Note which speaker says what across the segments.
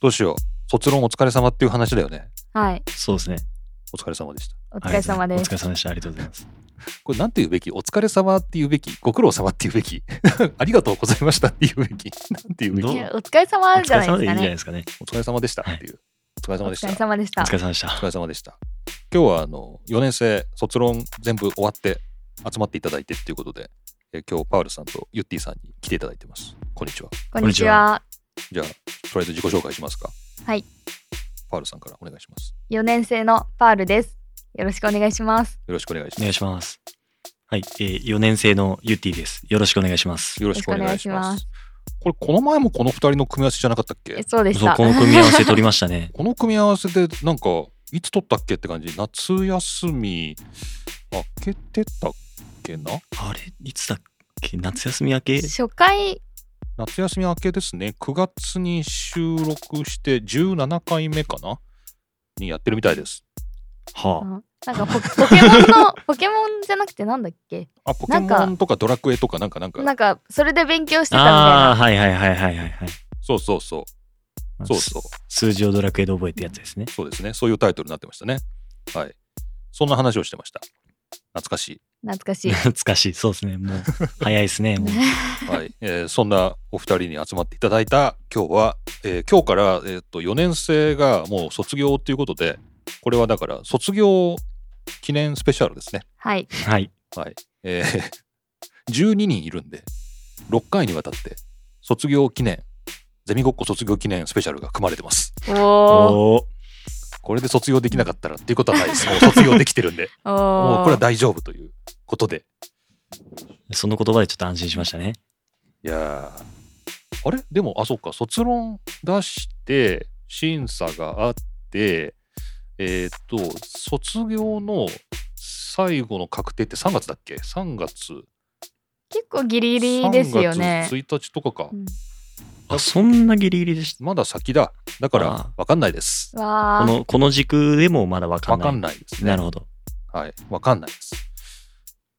Speaker 1: どうしよう。卒論お疲れ様っていう話だよね。
Speaker 2: はい。
Speaker 3: そうですね。
Speaker 1: お疲れ様でした。
Speaker 2: お疲れ様で
Speaker 3: お疲
Speaker 2: す。
Speaker 3: れ様でした。ありがとうございます。
Speaker 1: これなんて言うべきお疲れ様って言うべきご苦労様って言うべき ありがとうございましたって言うべき なんて言うべき
Speaker 3: どう
Speaker 2: いやお疲れ様じゃない
Speaker 3: お疲れ
Speaker 2: です
Speaker 3: 様で
Speaker 2: か
Speaker 3: いいんじゃない
Speaker 2: ね。
Speaker 3: ですかね。
Speaker 1: お疲れ様でしたっていう。お疲れ
Speaker 2: お
Speaker 1: 様でした。
Speaker 2: 疲れ様でし
Speaker 3: お
Speaker 2: た。
Speaker 3: 疲れ様でした。
Speaker 1: お疲れ様でした。今日はあの4年生卒論全部終わって集まっていただいてっていうことで、えー今日パウルさんとユッティさんに来ていただいてます。こんにちは。
Speaker 2: こんにちは。
Speaker 1: じゃあ、とりあえず自己紹介しますか。
Speaker 2: はい。
Speaker 1: パウルさんからお願いします。
Speaker 2: 4年生のパールです。よろしくお願いします。
Speaker 1: よろしくお願いし
Speaker 3: お
Speaker 1: ま
Speaker 3: 願いします。はい、えー、4年生のゆってぃです。よろしくお願いします
Speaker 1: す。。よろしくお願いし
Speaker 2: よ
Speaker 1: ま
Speaker 2: ろし
Speaker 1: す。これ、この前もこの2人の組み合わせじゃなかったっ
Speaker 2: え
Speaker 1: け。
Speaker 2: そうでし
Speaker 3: そう
Speaker 2: た。
Speaker 3: この組み合わせ取りましたね
Speaker 1: この組み合わせで、なんか、いつ取ったっけって感じ。夏休み、明けてたっけな
Speaker 3: あれいつだっけ夏休み明 け
Speaker 2: 初回、
Speaker 1: 夏休み明けですね9月に収録して17回目かなにやってるみたいです
Speaker 2: う
Speaker 3: は
Speaker 2: んなんかポポケモンの、ポケモンじゃなくてなんだっけ
Speaker 1: あポケモ
Speaker 2: な
Speaker 1: ンとかドラクエとかなんかなんか
Speaker 2: なんか、それで勉強して
Speaker 3: あ。
Speaker 2: たみたい
Speaker 3: ああー、
Speaker 2: な。
Speaker 3: はいはいはいはいはいはい。
Speaker 1: そうそうそうそうそう
Speaker 3: 数字をドラクエで覚えてやつですね。
Speaker 1: そうですねそういうタイトルになってましたねはいそんな話をしてました懐かし
Speaker 2: 懐かしい。
Speaker 3: 懐かしい。そうですね。もう、早いですね。もう
Speaker 1: い、はいえーそんなお二人に集まっていただいた今日は、えー今日から、えー、と4年生がもう卒業ということでこれはだから卒業記念スペシャルですね
Speaker 2: はい。
Speaker 3: はい。
Speaker 1: はい。えー12人いるんで、6回にわたって、卒業記念、ゼミごっこ卒業記念スペシャルが組まれてます。
Speaker 2: おー。
Speaker 3: おー
Speaker 1: これで卒業できなかったらっていうことはないです。もう卒業できてるんで、
Speaker 2: お
Speaker 1: もう
Speaker 2: ー。
Speaker 1: これは大丈夫ということで。
Speaker 3: その言葉でちょっと安心しましたね。
Speaker 1: いやーあれでも、あ、そっか、卒論出して、審査があって、えーっと、卒業の最後の確定って3月だっけ ?3 月。
Speaker 2: 結構ギリギリですよね。
Speaker 1: 3月1日とかか。
Speaker 2: うん
Speaker 3: あ、そんなギリギリでした。
Speaker 1: まだ先だ。だか
Speaker 3: あ
Speaker 1: ら
Speaker 3: あ、
Speaker 1: わかんないです。
Speaker 2: わ
Speaker 3: こ
Speaker 2: ー。
Speaker 3: の、この軸でもまだわ
Speaker 1: わ
Speaker 3: かんない。
Speaker 1: かんないですね。
Speaker 3: なるほど。
Speaker 1: はい。わかんないです。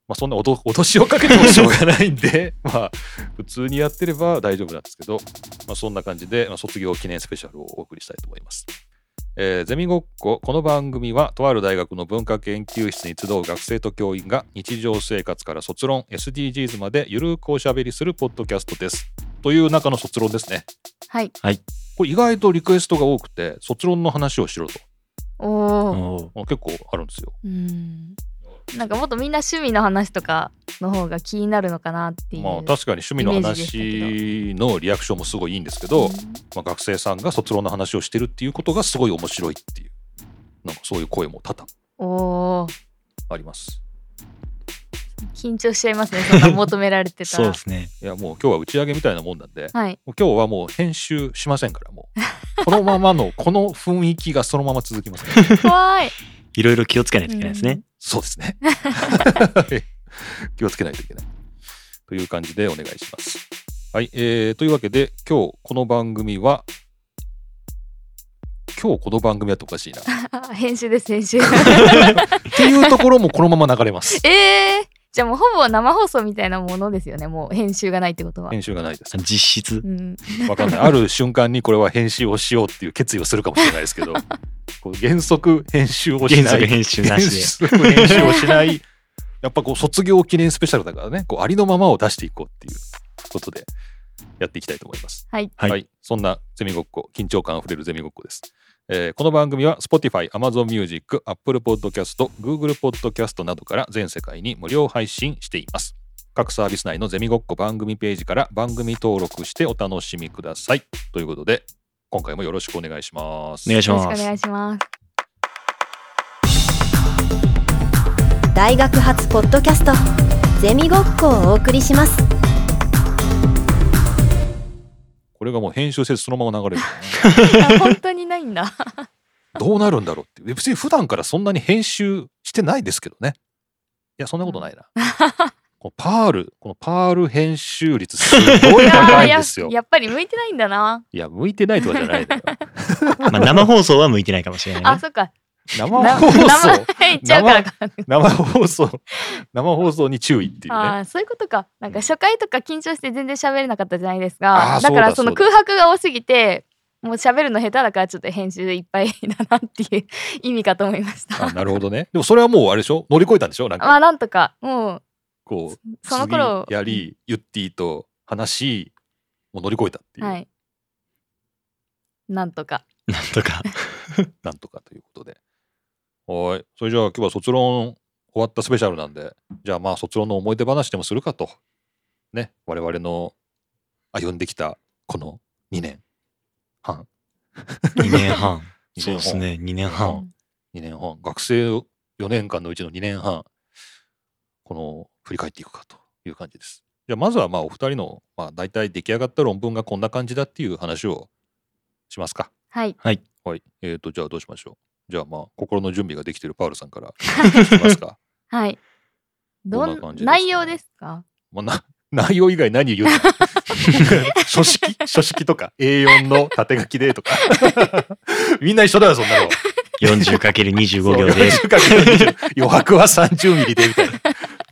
Speaker 1: まあ、そんなおど 脅しをかけてもしょうがないんで、 まあ、普通にやってれば大丈夫なんですけど、まあ、そんな感じで、まあ、卒業記念スペシャルをお送りしたいと思います。えーゼミごっこ、この番組は、とある大学の文化研究室に集う学生と教員が、日常生活から卒論、SDGs までゆるくおしゃべりするポッドキャストです。という中の卒論ですね。
Speaker 2: はい。
Speaker 1: これ意外とリクエストが多くて、卒論の話をしろと。
Speaker 2: おー。
Speaker 3: おー
Speaker 1: あ結構あるんですよ。
Speaker 2: うん。なんかもっとみんな趣味の話とかの方が気になるのかなっていう。
Speaker 1: まあ、確かに趣味の
Speaker 2: イメージでし
Speaker 1: 話のリアクションもすごいいいんですけど、
Speaker 2: うん
Speaker 1: まあ、学生さんが卒論の話をしてるっていうことがすごい面白いっていうなんかそういう声も多々
Speaker 2: おー
Speaker 1: あります
Speaker 2: 緊張しちゃいますね。 そんな求められてた
Speaker 3: そう
Speaker 2: ら
Speaker 3: で。すね。
Speaker 1: いやもう今日は打ち上げみたいなもん なんで
Speaker 2: はい。
Speaker 1: もう今日はもう編集しませんからもうこのままのこの雰囲気がそのまま続き ますね
Speaker 2: 怖い。
Speaker 3: いろいろ気をつけないといけないですね。
Speaker 1: そうです ね気をつけないといけないという感じでお願いしますはい、えー、というわけで今日この番組は今日この番組はっておかしいな
Speaker 2: うん 編集です、編集。
Speaker 1: っていうところもこのまま流れ ます。
Speaker 2: えー、じゃあもうほぼ生放送みたいなものですよね。もう編集がないってことは。
Speaker 1: 編集がないです。
Speaker 3: 実質
Speaker 2: う。ん。
Speaker 1: わかんない。ある瞬間にこれは編集をしようっていう決意をするかもしれないですけど、こう原則編集をし
Speaker 3: 原
Speaker 1: な
Speaker 3: 則
Speaker 1: い。
Speaker 3: 編集な しで。
Speaker 1: 原則編集をしない。やっぱこう卒業記念スペシャルだからね、こうありのままを出していこうっていうことでやっていきたいと思います。
Speaker 2: はい。
Speaker 1: は、
Speaker 3: はいい
Speaker 1: そんなゼミごっこ、緊張感あふれるゼミごっこです。えーこの番組は Spotify、Amazon Music、Apple Podcast、Google Podcast などから全世界に無料配信しています。各サービス内のゼミごっこ番組ページから番組登録してお楽しみください。ということで、今回もよろしくお願いします。
Speaker 3: お願いし
Speaker 2: よろしく
Speaker 3: ま
Speaker 2: お
Speaker 3: す
Speaker 2: 願。いします。
Speaker 4: 大学発ポッドキャストゼミごっこをお送りします
Speaker 1: これがもう編集せずそのまま流れる。
Speaker 2: あ本当にないんだ。
Speaker 1: どうなるんだろうって。別に普段からそんなに編集してないですけどね。いや、そんなことない な。このパール、このパール編集率すごい高いん
Speaker 2: や
Speaker 1: ですよ。
Speaker 2: やっぱり向いてないんだな。
Speaker 1: いや、向いてないとかじゃ ないのよ。
Speaker 3: まあ、生放送は向いてないかもしれない
Speaker 2: あ、
Speaker 3: ね。
Speaker 2: そっか。
Speaker 1: 生放送、
Speaker 2: 生いっちゃうからか。
Speaker 1: 生放送、生放送に注意っていう
Speaker 2: あ
Speaker 1: ね。
Speaker 2: あそういうことかなんか初回とか緊張して全然喋れなかったじゃないですか
Speaker 1: あー
Speaker 2: だから
Speaker 1: そ
Speaker 2: そう
Speaker 1: だ
Speaker 2: の空白が多すぎてもう喋るの下手だからちょっと編集でいっぱいだなっていう意味かと思いました
Speaker 1: あ。なるほどね。でもそれはもうあれでしょ乗り越えたんでしょなん
Speaker 2: ま
Speaker 1: か
Speaker 2: あなんとかもう
Speaker 1: こう
Speaker 2: その頃
Speaker 1: 次やりユッティと話しもう乗り越えたっていう、
Speaker 2: はい。なんとか。
Speaker 3: なんと か。
Speaker 1: なんとかということで。はい。それじゃあ今日は卒論終わったスペシャルなんで、じゃあまあ卒論の思い出話でもするかと。ね。我々の歩んできたこの2年半。
Speaker 3: 2年半。
Speaker 1: 二年半
Speaker 3: そうですね、2年
Speaker 1: う
Speaker 3: 半。
Speaker 1: ん2年半。学生4年間のうちの2年半。この振り返っていくかという感じです。じゃあまずはまあお二人の、まあ、大体出来上がった論文がこんな感じだっていう話をしますか。
Speaker 2: はい。
Speaker 3: はい。
Speaker 1: はい。えーと、じゃあどうしましょう。じゃあまあ、心の準備ができてるパウルさんからいきますか。
Speaker 2: はい。ど
Speaker 1: どんな感
Speaker 2: ん
Speaker 1: じですか
Speaker 2: 内容ですか
Speaker 1: まあ、な 内容以外何言 うの書式書式とか A4 の縦書きでと かみんな一緒だよそんなの
Speaker 3: 40×25 秒で、
Speaker 1: そう40 ×20 余白は30ミリでみたい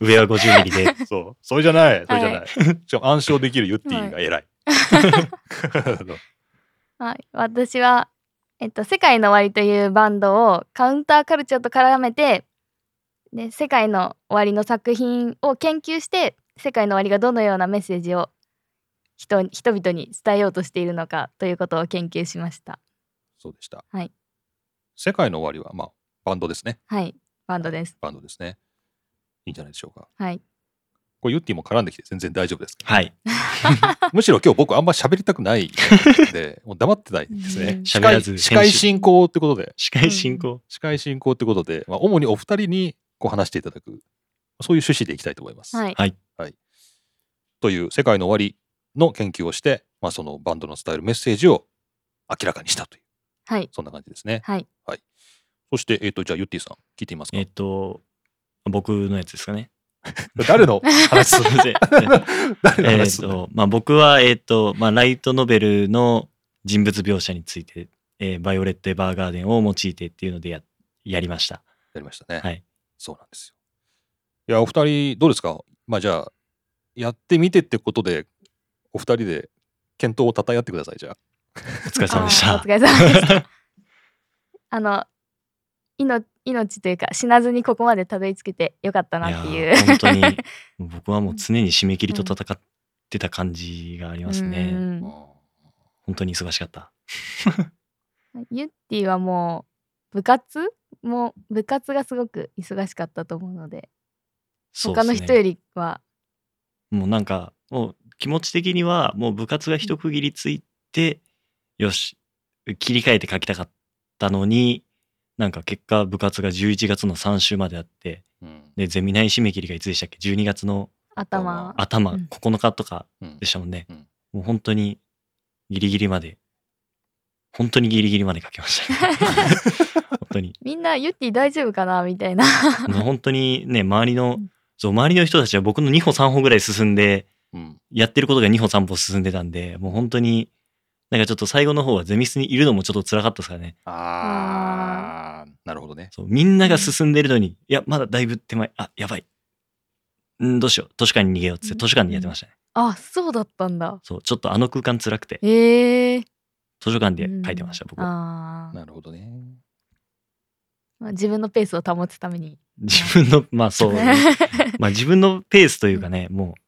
Speaker 3: 上は50ミリ で。
Speaker 1: なそうそれじゃないそれじゃない、しかも暗唱できるユッティが 偉い、あの
Speaker 2: はい。私は、えっと、世界の終わりというバンドをカウンターカルチャーと絡めて、で世界の終わりの作品を研究して、世界の終わりがどのようなメッセージを人人々に伝えようとしているのかということを研究しました。
Speaker 1: そうでした、
Speaker 2: はい
Speaker 1: 世界の終わりはまあバンドですね
Speaker 2: はい。バンドです。
Speaker 1: バンドですねいいんじゃないでしょうか
Speaker 2: はい。
Speaker 1: これユッティも絡んできて全然大丈夫です
Speaker 3: はい。
Speaker 1: むしろ今日僕あんま喋りたくないん でもう黙ってないですね
Speaker 2: うん
Speaker 1: 司会
Speaker 3: 喋らず
Speaker 1: 司会進行ってことで
Speaker 3: 司会進行。
Speaker 1: 司会進行ってことで、まあ、主にお二人にこう話していただくそういう趣旨でいきたいと思います。
Speaker 2: はい。
Speaker 1: という「世界の終わり」の研究をして、まあ、そのバンドの伝えるメッセージを明らかにしたという
Speaker 2: はい。
Speaker 1: そんな感じですね。
Speaker 2: はい。
Speaker 1: そして、えー、とじゃあユッティさん聞いてみますか
Speaker 3: えっと、僕のやつです かね。
Speaker 1: 誰の
Speaker 3: すいません。
Speaker 1: 誰の
Speaker 3: え
Speaker 1: 話
Speaker 3: っ
Speaker 1: するの
Speaker 3: と、まあ僕は、えっと、まあライトノベルの人物描写について、えーバイオレット・エヴァーガーデンを用いてっていうのでや、やりました。
Speaker 1: やりましたね。
Speaker 3: はい
Speaker 1: そうなんですよ。いやお二人どうですかまあじゃあやってみてってことでお二人で検討をたたえ合ってくださいじゃあ。
Speaker 3: お疲れ様でし
Speaker 2: あーお
Speaker 3: た
Speaker 2: 疲。れ様でした。 あの、いの命というか、死なずにここまでたどり着けてよかったなっていう。
Speaker 3: やー本当 に僕はもう常に締め切りと戦ってた感じがあります
Speaker 2: う
Speaker 3: ね。
Speaker 2: ん
Speaker 3: 本当に忙しかった。
Speaker 2: ユッティはもう、部活もう部活がすごく忙しかったと思うので、
Speaker 3: そうで
Speaker 2: 他
Speaker 3: す
Speaker 2: の
Speaker 3: ね
Speaker 2: 人よりは、
Speaker 3: もうなんかもう気持ち的にはもう部活が一区切りついてよし切り替えて書きたかったのになんか結果部活が11月の3週まであって
Speaker 1: うん
Speaker 3: でゼミ内締め切りがいつでしたっけ12月の
Speaker 2: 頭、
Speaker 3: 頭
Speaker 2: うん
Speaker 3: 9日とか
Speaker 1: うん
Speaker 3: でしたもんね、
Speaker 1: うん
Speaker 3: もう本当にギリギリまで本当にギリギリまで書きました、ね、本当に
Speaker 2: みんなユッティ大丈夫かなみたいな。
Speaker 3: もう本当にね周りの
Speaker 2: うん
Speaker 3: そう周りの人たちは僕の2歩3歩ぐらい進んで
Speaker 1: うん
Speaker 3: やってることが2歩3歩進んでたんで、もう本当に、なんかちょっと最後の方はゼミ室にいるのもちょっと辛かったですからね。
Speaker 1: あーなるほどね。
Speaker 3: そうみんなが進んでるのに、いや、まだだいぶ手前、あ、やばい。んどうしよう。図書館に逃げようっつって
Speaker 2: うん
Speaker 3: 図書館でやってましたね。
Speaker 2: あ、そうだったんだ。
Speaker 3: そう、ちょっとあの空間辛くて、
Speaker 2: ええ
Speaker 3: 図書館で書いてました、僕は。
Speaker 2: あー
Speaker 1: なるほどね。
Speaker 2: まあ。自分のペースを保つために。
Speaker 3: 自分の、まあそう、まあ自分のペースというかね、もう、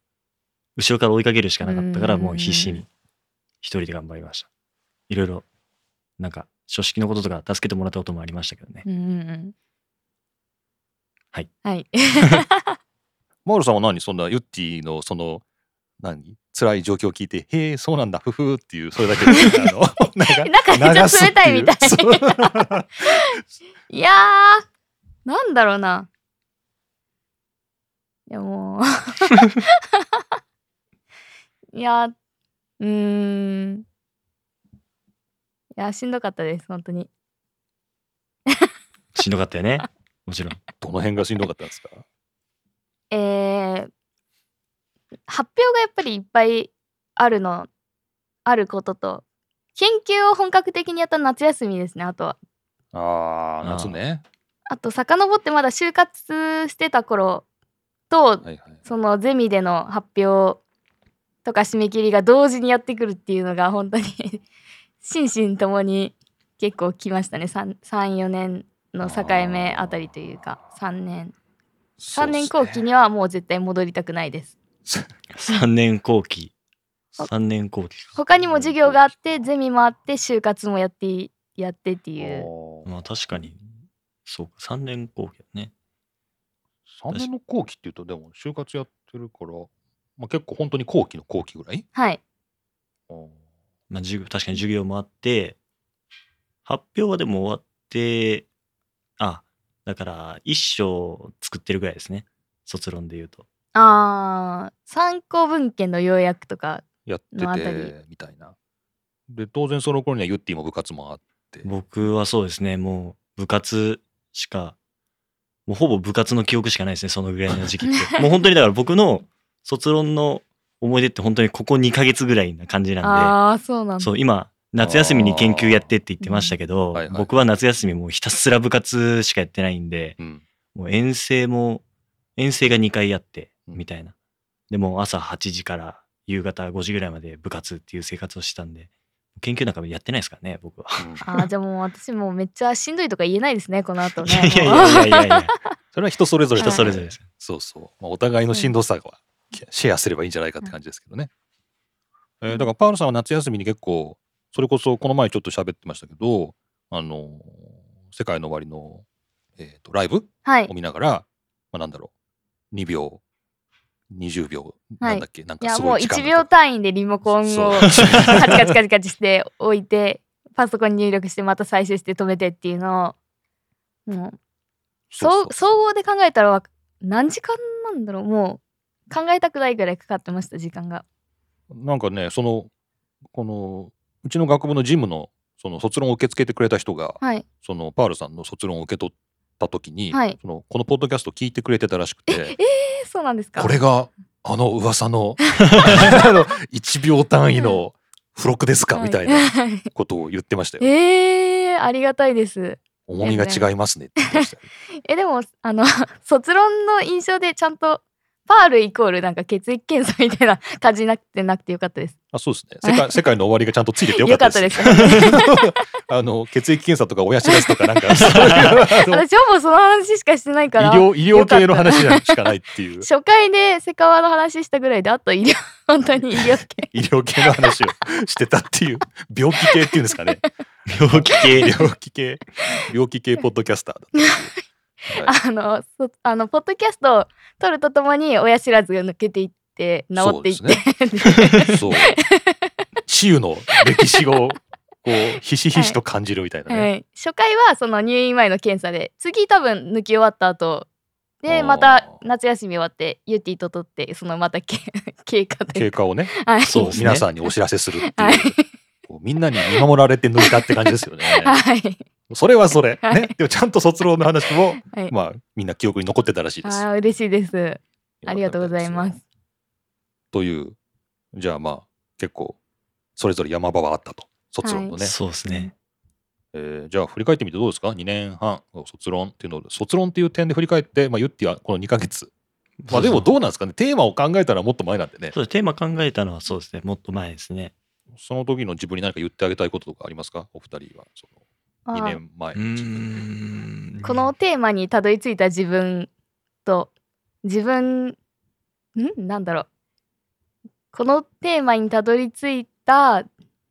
Speaker 3: 後ろから追いかけるしかなかったから、
Speaker 2: うん
Speaker 3: もう必死に、一人で頑張りました。いろいろ、なんか、書式のこととか助けてもらったこともありましたけどね。
Speaker 2: うんうんうん
Speaker 3: はい。
Speaker 2: はい。
Speaker 1: マールさんは何そんなユッティのその何辛い状況を聞いて「へえそうなんだふふ」っていうそれだけで あの
Speaker 2: なんかめっちゃ冷たいみたい
Speaker 1: 流すってう そう
Speaker 2: いやー、なんだろうな。いや、も う。いや、うーん。いや、しんどかったです、本当に。
Speaker 3: しんどかった よね。もちろん。
Speaker 1: どの辺がしんどかったんですか
Speaker 2: えー、発表がやっぱりいっぱいあるの、あることと、研究を本格的にやった夏休みですね、あとは。
Speaker 1: あー
Speaker 3: あー
Speaker 1: 夏ね。
Speaker 2: あと、遡ってまだ就活してた頃と、
Speaker 1: はいはい、
Speaker 2: そのゼミでの発表とか締め切りが同時にやってくるっていうのが本当にし 心身ともに結構きましたね34年の境目あたりというか3年3年後期にはもう絶対戻りたくないです
Speaker 3: 3年後期。3年後期か。
Speaker 2: 他にも授業があってゼミもあって就活もやってやってっていう
Speaker 1: う。
Speaker 3: まあ確かに、そうか、3年後期だね。
Speaker 1: 3年の後期っていうと、でも就活やってるから、まあ、結構本当に後期の後期ぐらい
Speaker 2: はい
Speaker 1: あー
Speaker 3: まあ授業確かに授業もあって、発表はでも終わって、あ、だから一章作ってるぐらいですね。卒論で言うと。
Speaker 2: あー参考文献の要約とか
Speaker 1: やっ
Speaker 2: のあ
Speaker 1: て
Speaker 2: たり
Speaker 1: てみたいな。で、当然その頃にはユッティも部活もあって。
Speaker 3: 僕はそうですね、もう部活しか、もうほぼ部活の記憶しかないですね、そのぐらいの時 期って。もう本当にだから僕の卒論の思い出って本当にここ2ヶ月ぐらいな感じなん
Speaker 2: ああそうなんだ
Speaker 3: で、そう、今、夏休みに研究やってって言ってましたけ
Speaker 1: あー
Speaker 3: ど
Speaker 1: はいはい、
Speaker 3: 僕は夏休みもうひたすら部活しかやってないんで、
Speaker 1: うん。
Speaker 3: もう遠征も、遠征が2回あって、
Speaker 1: うん
Speaker 3: みたいな。でもう朝8時から夕方5時ぐらいまで部活っていう生活をしてたんで、研究なんかやってないですからね、僕は。
Speaker 1: うん
Speaker 2: あーじゃあもう私もうめっちゃしんどいとか言えないですねこの後
Speaker 3: い
Speaker 2: ね
Speaker 3: やいやいやいやいやいや、
Speaker 1: それは人それぞれ
Speaker 3: 人
Speaker 1: だから
Speaker 3: そ
Speaker 1: ね
Speaker 3: れぞれです。
Speaker 1: そうそう。まあ、お互いのしんどさはシェアすればいいんじゃないかって感じですけどね。えーだからパウロさんは夏休みに結構、それこそこの前ちょっと喋ってましたけど、あのー世界の終わりの、えーとライブ
Speaker 2: はい
Speaker 1: を見ながら、まあ、なんだろう、2秒、20秒、
Speaker 2: はい
Speaker 1: なんだっけ、なん
Speaker 2: い
Speaker 1: か
Speaker 2: や
Speaker 1: す
Speaker 2: もう
Speaker 1: ごい時間
Speaker 2: 1秒単位でリモコン
Speaker 1: そう
Speaker 2: をカチカチカチカチして置いてパソコンに入力してまた再生して止めてっていうのをもう
Speaker 1: そう
Speaker 2: 総総合で考えたらわ何時間なんだろうもう考えたくないぐらいかかってました時間が。
Speaker 1: なんかね、その、この、うちの学部のジムの、その卒論を受け付けてくれた人が、
Speaker 2: はい、
Speaker 1: そのパールさんの卒論を受け取った時に、
Speaker 2: はい
Speaker 1: そのこのポッドキャスト聞いてくれてたらしくて
Speaker 2: えそうなんですか
Speaker 1: これがあの噂 のあの1秒単位の付録ですかみたいな
Speaker 2: はい
Speaker 1: ことを言ってましたよ。
Speaker 2: えー、ありがたいです。
Speaker 1: 重みが違いますねって言ってま したよ。
Speaker 2: えでもあの 卒論の印象でちゃんとパールイコールなんか血液検査みたいな感じになってなくてよかったです。
Speaker 1: あそうですね世界世界の終わりがちゃんとついててよ
Speaker 2: よ
Speaker 1: かっ
Speaker 2: かったた
Speaker 1: で。
Speaker 2: ですすよね。
Speaker 1: あの血液検査とか親知らずとかなんかそういうあの
Speaker 2: 私ほぼその話しかしてないから
Speaker 1: 医療医療系の話しかないっていう
Speaker 2: 初回でセカワの話したぐらいであと医療 本当に医療系
Speaker 1: 医療系の話をしてたっていう病気系っていうんですかね
Speaker 3: 病気系。
Speaker 1: 病気系病気系ポッドキャスターだったっていうはい
Speaker 2: あのそあのポッドキャストを撮るとともに親知らずが抜けていって治っていって、
Speaker 1: そう。治癒の歴史を、こう、ひしひしと感じるみたいなね。
Speaker 2: はい、初回はその入院前の検査で次多分抜き終わった後
Speaker 1: あー
Speaker 2: でまた夏休み終わってユーティと撮ってそのまたけ経過とい
Speaker 1: 経
Speaker 2: うか
Speaker 1: 過をね、
Speaker 2: はい
Speaker 3: そう
Speaker 1: こ
Speaker 3: ですね
Speaker 1: 皆さんにお知らせするっていう。
Speaker 2: はい
Speaker 1: こうみんなに見守られて抜いたって感じですよね。
Speaker 2: はい、
Speaker 1: それはそれ。
Speaker 2: はい
Speaker 1: ね。でもちゃんと卒論の話も、
Speaker 2: はい
Speaker 1: まあ、みんな記憶に残ってたらしいです。
Speaker 2: あー嬉しいですありがとうございます
Speaker 1: よかったみたですよ。という、じゃあまあ、結構、それぞれ山場はあったと。卒論のね、
Speaker 3: そうですね。
Speaker 1: えーじゃあ振り返ってみてどうですか2年半の卒論っていうのを卒論っていう点で振り返って、まあ、ユッティはこの2ヶ月まあでもどうなんですかねテーマを考えたらもっと前なんでね
Speaker 3: そうですテーマ考えたのはそうですね。もっと前ですね。
Speaker 1: その時の自分に何か言ってあげたいこととかありますかお二人はそ
Speaker 2: あ
Speaker 1: の2
Speaker 2: ー
Speaker 1: 年前の自分
Speaker 2: このテーマにたどり着いた自分と自分んなんだろうこのテーマにたどり着いた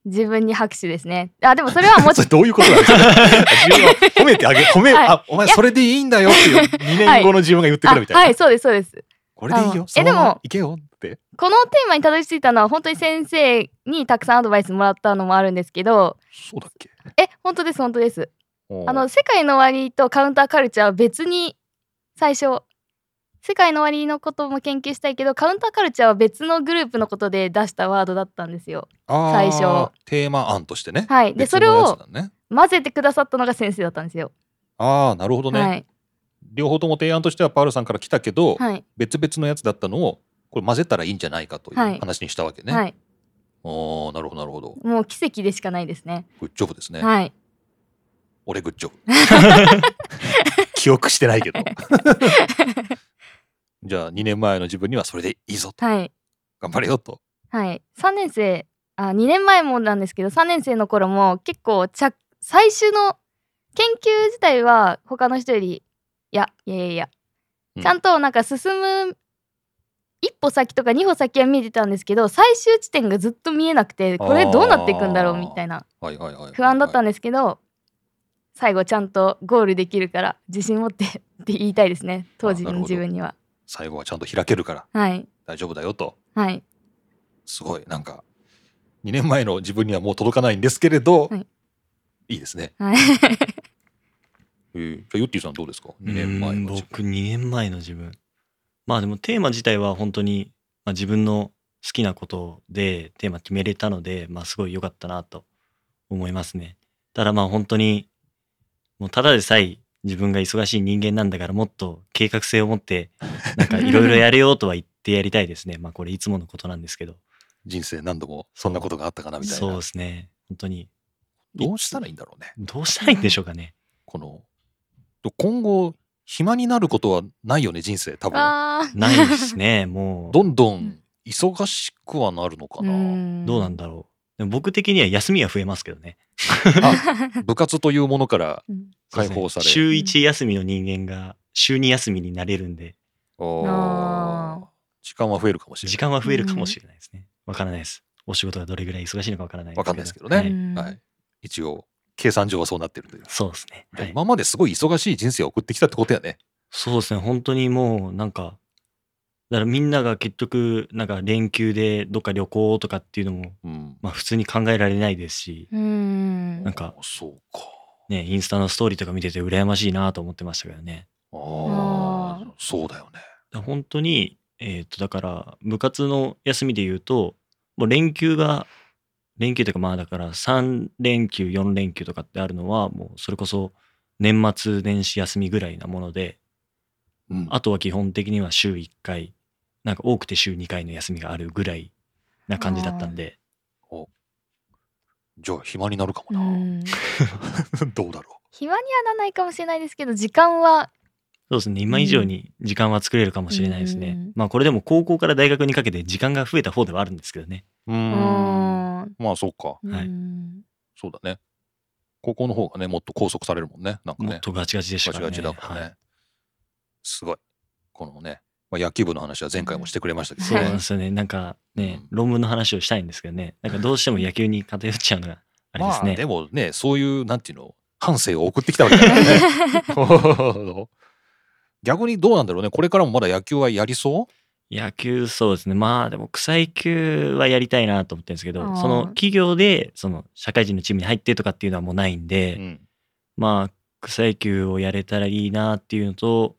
Speaker 2: 自分に拍手ですねあでもそれはもう
Speaker 1: それどういうことなんですか自分は褒めてあげ褒め、
Speaker 2: はい
Speaker 1: あお前それでいいんだよっていう2年後の自分が言ってく
Speaker 2: あ
Speaker 1: るみたいな、
Speaker 2: はいそうですそうです
Speaker 1: これでいい
Speaker 2: あ
Speaker 1: よ
Speaker 2: の
Speaker 1: そのまま
Speaker 2: えでも
Speaker 1: いけよって
Speaker 2: このテーマにたどり着いたのは本当に先生にたくさんアドバイスもらったのもあるんですけど
Speaker 1: そうだっけ
Speaker 2: え本当です本当ですあ
Speaker 1: う
Speaker 2: の
Speaker 1: ん
Speaker 2: 世界の終わりとカウンターカルチャーは別に最初世界の終わりのことも研究したいけどカウンターカルチャーは別のグループのことで出したワードだったんですよ。
Speaker 1: あー
Speaker 2: 最初
Speaker 1: テーマ案としてね、
Speaker 2: はい、で
Speaker 1: 別
Speaker 2: それ
Speaker 1: のやつ
Speaker 2: を
Speaker 1: だね
Speaker 2: 混ぜてくださったのが先生だったんですよ。
Speaker 1: ああなるほどね、
Speaker 2: はい、
Speaker 1: 両方とも提案としてはパウルさんから来たけど、
Speaker 2: はい、
Speaker 1: 別々のやつだったのをこれ混ぜたらいいんじゃないかという
Speaker 2: はい
Speaker 1: 話にしたわけね。
Speaker 2: はい、
Speaker 1: おーなるほどなるほど。
Speaker 2: もう奇跡でしかないですね。
Speaker 1: グッジョブですね。
Speaker 2: はい、
Speaker 1: 俺グッジョブ。 記憶してないけど。じゃあ2年前の自分にはそれでいいぞと
Speaker 2: はい、
Speaker 1: 頑張れよと。
Speaker 2: はい、三年生あ2年前もなんですけど3年生の頃も結構着最終の研究自体は他の人よりいやいやいやいや、
Speaker 1: うん
Speaker 2: ちゃんとなんか進む一歩先とか二歩先は見えてたんですけど最終地点がずっと見えなくてこれどうなっていくんだろうみたいな
Speaker 1: はいはいはい。
Speaker 2: 不安だった
Speaker 1: ん
Speaker 2: んですけど最後ちゃんとゴールできるから自信持って って言いたいですね当時
Speaker 1: あなる
Speaker 2: の
Speaker 1: ほど
Speaker 2: 自分には
Speaker 1: 最後はちゃんと開けるから
Speaker 2: はい
Speaker 1: 大丈夫だよと。
Speaker 2: はい
Speaker 1: すごい。なんか、2年前の自分にはもう届かないんですけれど、
Speaker 2: はい
Speaker 1: い、いですね。
Speaker 2: はい
Speaker 1: えーじゃあ、ゆってぃさんどうですか ?2 年前
Speaker 3: うーん
Speaker 1: の自分。
Speaker 3: 僕2年前の自分まあでもテーマ自体は本当に、まあ、自分の好きなことでテーマ決めれたので、まあ、すごい良かったなと思いますねただまあ本当にもうただでさえ自分が忙しい人間なんだからもっと計画性を持ってなんかいろいろやれようとは言ってやりたいですねまあこれいつものことなんですけど
Speaker 1: 人生何度もそんなことがあったかなみたい
Speaker 3: そう
Speaker 1: な
Speaker 3: で。すね本当に
Speaker 1: どうしたらいいんだろうね。
Speaker 3: どうしたらいいんでしょうかね
Speaker 1: この、今後、暇になることはないよね、人生。 多分。
Speaker 2: あー
Speaker 3: ないですねもう
Speaker 1: どんど
Speaker 2: うんん
Speaker 1: 忙しくはなるのか
Speaker 2: う
Speaker 1: な。
Speaker 2: ん
Speaker 3: どうなんだろうでも僕的には休みは増えますけどね
Speaker 1: あ部活というものから
Speaker 2: うん
Speaker 1: 解放され。
Speaker 3: 週1休みの人間が週2休みになれるんで
Speaker 1: おー
Speaker 2: あー
Speaker 1: 時間は増えるかもしれない。
Speaker 3: 時間は増えるかもしれないですねわからないですお仕事がどれぐらい忙しいのかわからない
Speaker 1: わかんないですけどね
Speaker 3: は
Speaker 2: う
Speaker 3: い、
Speaker 2: ん
Speaker 1: はい、一応計算上はそうなってるという、
Speaker 3: そうですね、はい
Speaker 1: 今まですごい忙しい人生を送ってきたってことやね
Speaker 3: そうですね本当にもうなんかだからみんなが結局なんか連休でどっか旅行とかっていうのも
Speaker 1: うん
Speaker 3: まあ普通に考えられないですし
Speaker 2: うん
Speaker 3: なんか
Speaker 1: そうか
Speaker 3: ねインスタのストーリーとか見てて羨ましいなと思ってましたけどね
Speaker 1: あ
Speaker 2: あ
Speaker 1: あそうだよね
Speaker 3: だから本当に、えっとだから部活の休みで言うともう連休が連休というかまあだから3連休4連休とかってあるのはもうそれこそ年末年始休みぐらいなもので
Speaker 1: うん
Speaker 3: あとは基本的には週1回なんか多くて週2回の休みがあるぐらいな感じだったんで
Speaker 1: じゃあ暇になるかも
Speaker 2: う
Speaker 1: な、
Speaker 2: ん
Speaker 1: どうだろ
Speaker 2: 暇にはならないかもしれないですけど時間は
Speaker 3: そうですね今以上に時間は作れるかもしれないですね、
Speaker 2: うん
Speaker 3: まあこれでも高校から大学にかけて時間が増えた方ではあるんですけどね
Speaker 1: うう
Speaker 2: う
Speaker 1: ーん
Speaker 2: ん
Speaker 1: まあそうか
Speaker 3: はい
Speaker 2: うん
Speaker 1: そうだね高校の方がねもっと拘束されるもんねなんか
Speaker 3: もっ
Speaker 1: ね
Speaker 3: とガチガチでした
Speaker 1: ガ
Speaker 3: か
Speaker 1: チガ
Speaker 3: らね
Speaker 1: チだからね、
Speaker 3: はい
Speaker 1: すごいこのね、まあ、野球部の話は前回もしてくれましたけど
Speaker 3: そう
Speaker 1: ね、
Speaker 3: なんですよね。なんかね、
Speaker 1: うん
Speaker 3: 論文の話をしたいんですけどね、なんかどうしても野球に偏っちゃうのがあれです
Speaker 1: まあ
Speaker 3: ね。
Speaker 1: でもねそういうなんていうの反省を送ってきたわけだからね 逆にどうなんだろうねこれからもまだ野球はやりそ
Speaker 3: 野球そうですね。まあでも草野球はやりたいなと思ってるんですけ
Speaker 2: あ
Speaker 3: ど、
Speaker 2: ー
Speaker 3: その企業でその社会人のチームに入ってとかっていうのはもうないん
Speaker 1: う、
Speaker 3: で、
Speaker 1: うん
Speaker 3: まあ草野球をやれたらいいなっていうのと、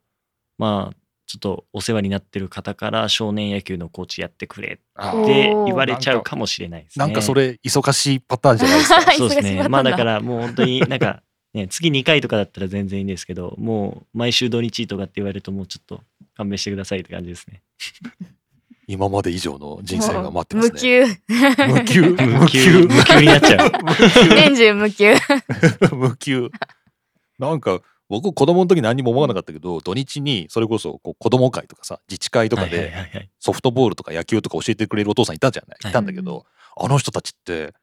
Speaker 3: まあちょっとお世話になってる方から少年野球のコーチやってくれ
Speaker 1: あ
Speaker 3: っ
Speaker 2: お
Speaker 3: て
Speaker 2: ー
Speaker 3: 言われちゃうかもしれないですね。
Speaker 1: なんかそれ忙しいパターンじゃないです か
Speaker 3: そうです
Speaker 2: 忙しかっ
Speaker 3: ね。
Speaker 2: たん
Speaker 3: まあだからもう本当になんか、ね、次2回とかだったら全然いいんですけど、もう毎週土日とかって言われるともうちょっと勘弁してくださいって感じですね。
Speaker 1: 今まで以上の人生が待ってま
Speaker 2: 無
Speaker 1: すね
Speaker 2: 給
Speaker 1: 無給無
Speaker 3: 急
Speaker 1: 給
Speaker 3: 無給になっ ちゃ う。
Speaker 2: 年中無給
Speaker 1: 無給なんか僕子供の時何にも思わなかったけど土日にそれこそこう子供会とかさ自治会とか
Speaker 3: はいはい
Speaker 1: で
Speaker 3: はいはい
Speaker 1: ソフトボールとか野球とか教えてくれるお父さんいたじゃない、
Speaker 3: は
Speaker 1: い、
Speaker 3: い
Speaker 1: たんだけど、あの人たちって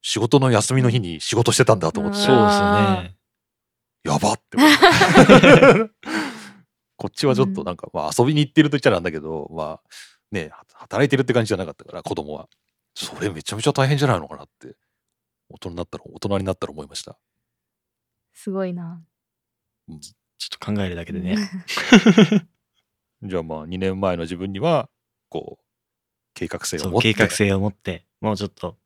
Speaker 1: 仕事の休みの日に仕事してたんだと思って
Speaker 3: そうですよね。
Speaker 1: やばって思う こっちはちょっとなんか、まあ、遊びに行ってると言っちゃなんだけど、まあね、は働いてるって感じじゃなかったから子供はそれめちゃめちゃ大変じゃないのかなって大人になったら大人になったら思いました、
Speaker 2: すごいな
Speaker 1: うん
Speaker 3: ちょっと考えるだけでね。
Speaker 1: じゃあまあ2年前の自分にはこう計画性を
Speaker 3: そ
Speaker 1: 持
Speaker 3: う、
Speaker 1: って
Speaker 3: 計画性を持って、もうちょっと、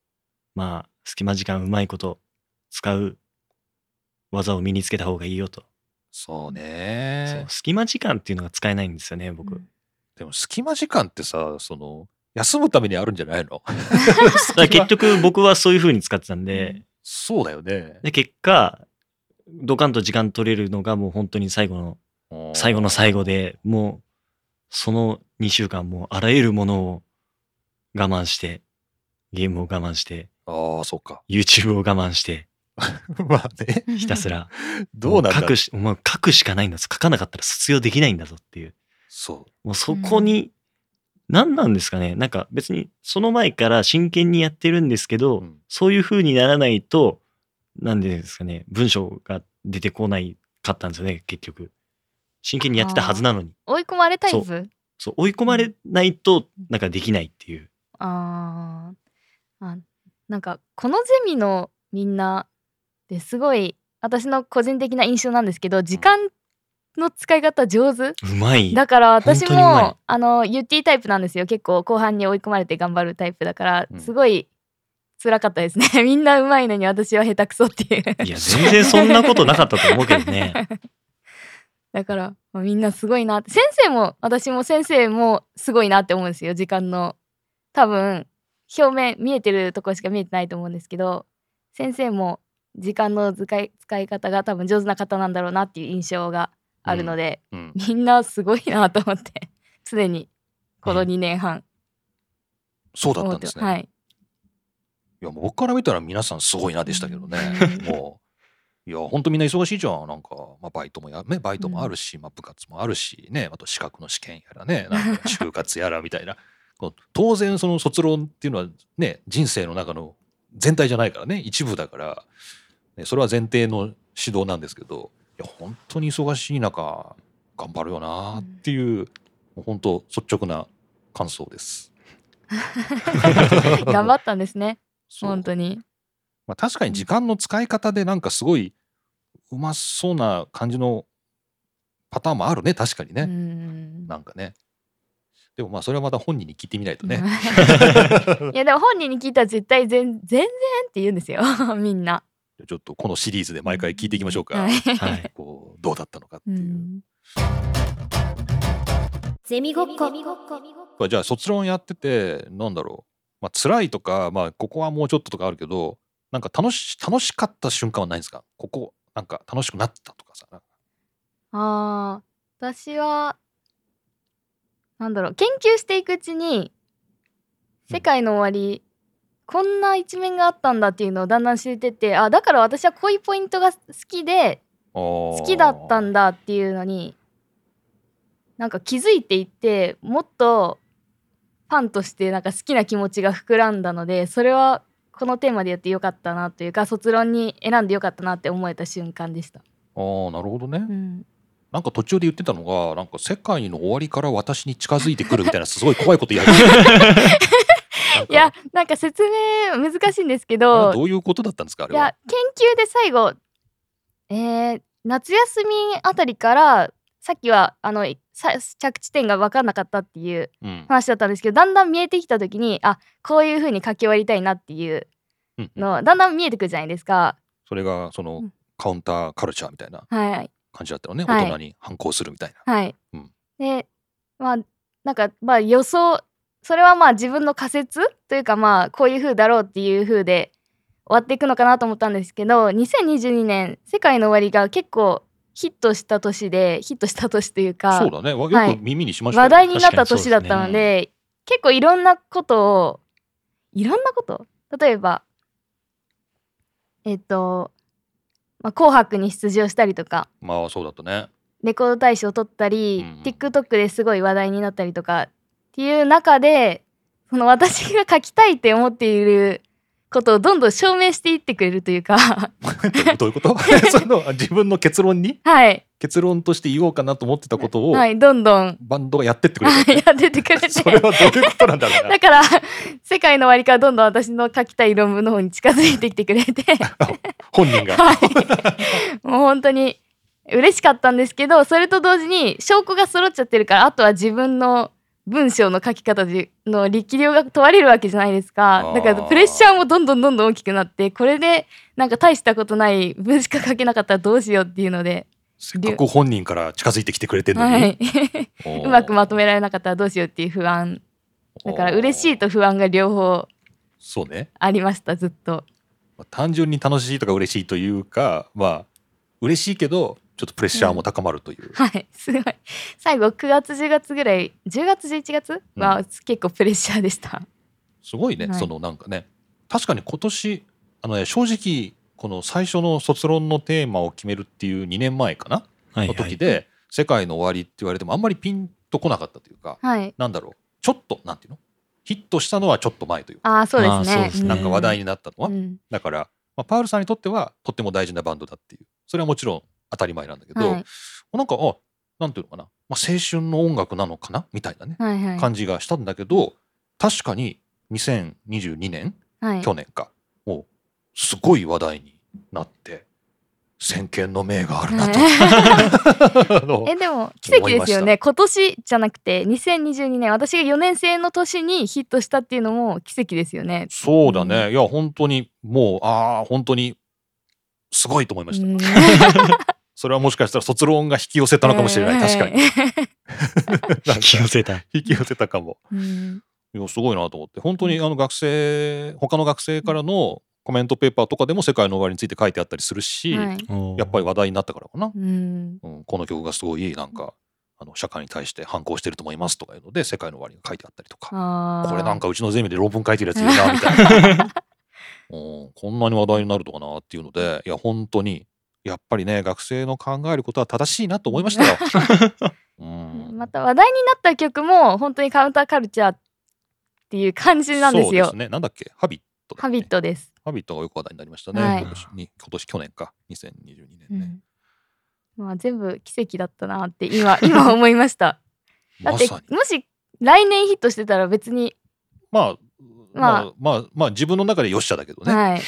Speaker 3: まあ、隙間時間うまいこと使う技を身につけた方がいいよと。
Speaker 1: そう
Speaker 3: そう
Speaker 1: ね
Speaker 3: 隙間時間っていうのが使えないんですよ ね、僕。
Speaker 1: でも隙間時間ってさその休むためにあるんじゃないの
Speaker 3: だから結局僕はそういう風に使ってたんで、
Speaker 1: そうだよね
Speaker 3: で結果ドカンと時間取れるのがもう本当に最後の
Speaker 1: うん
Speaker 3: 最後の最後でもうその2週間もうあらゆるものを我慢してゲームを我慢して
Speaker 1: ああそうか
Speaker 3: YouTube を我慢して
Speaker 1: まあね
Speaker 3: ひたす
Speaker 2: ら
Speaker 3: ら
Speaker 1: どうなんだ
Speaker 3: も書くしお前書くしかないんだぞ書かなかったら卒業できないんだぞっていう
Speaker 1: そう
Speaker 3: もうそこに何なんですかねなんか別にその前から真剣にやってるんですけど、
Speaker 1: うん
Speaker 3: そういう風にならないと何でですかね文章が出てこないかったんですよね結局真剣にやってたはずなのに
Speaker 2: 追い込まれタイ
Speaker 3: そ
Speaker 2: プ
Speaker 3: そう追い込まれないとなんかできないっていう
Speaker 2: あーあなんかこのゼミのみんなですごい私の個人的な印象なんですけど時間の使い方上手
Speaker 3: うまい
Speaker 2: だから私
Speaker 3: 本当にうまい
Speaker 2: もあの UT タイプなんですよ結構後半に追い込まれて頑張るタイプだから
Speaker 1: うん
Speaker 2: すごい辛かったですね みんなうまいのに私は下手くそって いう
Speaker 3: いや全然そんなことなかったと思うけどね
Speaker 2: だからまあみんなすごいなって先生も私も先生もすごいなって思うんですよ時間の多分表面見えてるとこしか見えてないと思うんですけど先生も時間の使い使い方が多分上手な方なんだろうなっていう印象があるので、
Speaker 1: うん、
Speaker 2: みんなすごいなと思って常にこの
Speaker 3: うん
Speaker 2: 2年半
Speaker 1: そうだっ
Speaker 2: 思
Speaker 1: た
Speaker 2: っ
Speaker 1: んで
Speaker 2: てますす、
Speaker 1: ね。、
Speaker 2: はい い
Speaker 1: や、もう僕から見たら皆さんすごいなでしたけどね。もう、いや、ほんとみんな忙しいじゃん。なんか、まあ、バイトもや、ね、バイトもあるし、まあ、部活もあるし、ね、あと資格の試験やらね、なんか就活やらみたいな。 こう当然、その卒論っていうのはね、人生の中の全体じゃないからね、一部だから、ね、それは前提の指導なんですけど、いや、本当に忙しい中、頑張るよなっていう、もう本当率直な感想です。
Speaker 2: 頑張ったんですね
Speaker 1: そう
Speaker 2: 本当に
Speaker 1: まあ、確かに時間の使い方でなんかすごいうまそうな感じのパターンもあるね確かに
Speaker 2: う
Speaker 1: ね、
Speaker 2: ん
Speaker 1: なんかねでもまあそれはまた本人に聞いてみないとね、
Speaker 2: いやでも本人に聞いたら絶対全全然って言うんですよ みんな。
Speaker 1: ちょっとこのシリーズで毎回聞いていきましょうか、
Speaker 2: はい
Speaker 3: はい
Speaker 1: こうどうだったのかって
Speaker 2: う
Speaker 1: いう、
Speaker 2: ん
Speaker 4: ゼミごっこ
Speaker 1: じゃあ卒論やっててなんだろう、まあ辛いとか、まあ、ここはもうちょっととかあるけどなんか楽し楽しかった瞬間はないんですかここなんか楽しくなったとかさなんか
Speaker 2: ああ私はなんだろう研究していくうちに「世界の終わり」こんな一面があったんだっていうのをだんだん知れてってあだから私はこういうポイントが好きで
Speaker 1: 好
Speaker 2: 好きだったんだっていうのになんか気づいていってもっとファンとしてなんか好きな気持ちが膨らんだのでそれはこのテーマでやってよかったなというか卒論に選んでよかったなって思えた瞬間でした。
Speaker 1: あーなるほどね、
Speaker 2: うん、
Speaker 1: なんか途中で言ってたのが、なんか世界の終わりから私に近づいてくるみたいな、すごい怖いこと言い始めた なんか
Speaker 2: いやなんか説明難しいんですけ
Speaker 1: あれ
Speaker 2: ど
Speaker 1: どういうことだったんですか、あ
Speaker 2: い
Speaker 1: れは。
Speaker 2: や研究で最後、えー夏休みあたりからさっきはあのさ着地点が分かんなかったっていう
Speaker 1: うん
Speaker 2: 話だったんですけどだんだん見えてきた時にあこういう風に書き終わりたいなっていう
Speaker 1: うんうん
Speaker 2: のだんだん見えてくるじゃないですか。
Speaker 1: それがその、
Speaker 2: うん
Speaker 1: カウンターカルチャーみたいな
Speaker 2: はい、
Speaker 1: 感じだったのね、
Speaker 2: はい
Speaker 1: 大人に反抗するみたいな。
Speaker 2: はい
Speaker 1: うん
Speaker 2: でまあなんかまあ予想それはまあ自分の仮説というかまあこういう風だろうっていう風で終わっていくのかなと思ったんですけど2022年「世界の終わり」が結構ヒットした年でヒットした年というか
Speaker 1: そうだね、わ
Speaker 2: は
Speaker 1: よ
Speaker 2: い
Speaker 1: く耳にしましたよ
Speaker 2: 話題になった
Speaker 3: 確かにそ
Speaker 2: 年
Speaker 3: うで
Speaker 2: だっ
Speaker 3: すね
Speaker 2: たので結構いろんなことをいろんなこと例えばえっと「まあ、紅白」に出場したりとか
Speaker 1: まあそうだったね。
Speaker 2: レコード大賞を取ったり、
Speaker 1: うんうん
Speaker 2: TikTok ですごい話題になったりとかっていう中でその私が書きたいって思っていることをどんどん証明していってくれるというか
Speaker 1: どういうこと その自分の結論に
Speaker 2: はい、
Speaker 1: 結論として言おうかなと思ってたことを、
Speaker 2: はい、どんどん
Speaker 1: バンドがやってってくれた
Speaker 2: はい
Speaker 1: のね。
Speaker 2: やっててくれて。
Speaker 1: それはどういうことなんだろうな
Speaker 2: だ。から世界の終わりからどんどん私の書きたい論文の方に近づいてきてく れて
Speaker 1: 本人が。
Speaker 2: はいもう本当に嬉しかったんですけどそれと同時に証拠が揃っちゃってるからあとは自分の文章の書き方での力量が問われるわけじゃないですか
Speaker 1: あー
Speaker 2: だからプレッシャーもどんどんどんどん大きくなってこれでなんか大したことない文しか書けなかったらどうしようっていうので、
Speaker 1: せっかく本人から近づいてきてくれてるのに、
Speaker 2: はい、
Speaker 1: おー
Speaker 2: うまくまとめられなかったらどうしようっていう不安だから嬉しいと不安が両方
Speaker 1: そうね、
Speaker 2: ありましたずっと。
Speaker 1: まあ単純に楽しいとか嬉しいというかまあ嬉しいけどちょっとプレッシャーも高まるという、
Speaker 2: はい、すごい。最後9月10月ぐらい、10月11月は、
Speaker 1: うん
Speaker 2: 結構プレッシャーでした。
Speaker 1: すごいね、
Speaker 2: はい
Speaker 1: そのなんかね確かに今年あの、ね、正直この最初の卒論のテーマを決めるっていう2年前かな、
Speaker 3: はい
Speaker 1: の
Speaker 3: は
Speaker 1: 時
Speaker 3: い
Speaker 1: で「世界の終わり」って言われてもあんまりピンとこなかったというか
Speaker 2: はい。
Speaker 1: なんだろうちょっとなんていうのヒットしたのはちょっと前というか
Speaker 2: ああそうです
Speaker 3: あーそう
Speaker 2: ね
Speaker 3: ですね
Speaker 1: なんか話題
Speaker 2: に
Speaker 1: になったのは、だから、まあ、パウルさんにとってはとっても大事なバンドだっていうそれはもちろん当たり前なんだけど、
Speaker 2: はい
Speaker 1: なんかあなんていうのかな、まあ、青春の音楽なのかなみたいなね、
Speaker 2: はいはい
Speaker 1: 感じがしたんだけど確かに2022年
Speaker 2: はい
Speaker 1: 去年かもうすごい話題になって先見の明があるなと、あの
Speaker 2: えでも奇跡ですよ
Speaker 1: 思いま
Speaker 2: ね今年じゃなくて2022年私が4年生の年にヒットしたっていうのも奇跡ですよね。
Speaker 1: そうだね、いや本当にもうああ本当にすごいと思いました、
Speaker 2: うん
Speaker 1: それはもしかしたら卒論が引き寄せたのかもしれない、確か になん
Speaker 3: 引き寄
Speaker 1: か
Speaker 3: せた。
Speaker 1: 引き寄せたかも
Speaker 2: うん
Speaker 1: いやすごいなと思って本当にあの学生他の学生からのコメントペーパーとかでも世界の終わりについて書いてあったりするし、
Speaker 2: はい
Speaker 1: やっぱ
Speaker 3: り。
Speaker 1: り話題になったからかな、
Speaker 2: うん
Speaker 1: うん、この曲がすごいなんかあの社会に対して反抗してると思いますとかいうので世界の終わりが書いてあったりとか
Speaker 2: あー
Speaker 1: これなんかうちのゼミで論文書いてるやついるなみたいな、 うん、こんなに話題になるとかなっていうのでいや本当にやっぱりね学生の考えることは正しいなと思いましたよ。うん
Speaker 2: また話題になった曲も本当にカウンターカルチャーっていう感じなんですよ。
Speaker 1: そうですねなんだっけハビットだっけ
Speaker 2: ハビットです。
Speaker 1: ハビットがよく話題になりましたね、
Speaker 2: はい
Speaker 1: 今年に今年去年か2022
Speaker 2: う
Speaker 1: 年ね
Speaker 2: ん、まあ全部奇跡だったなって今 今思いました。だ
Speaker 1: ま
Speaker 2: って
Speaker 1: さに
Speaker 2: もし来年ヒットしてたら別に、
Speaker 1: まあま
Speaker 2: まあ
Speaker 1: あまあまあ自分の中でよっしゃだけどね、
Speaker 2: はい。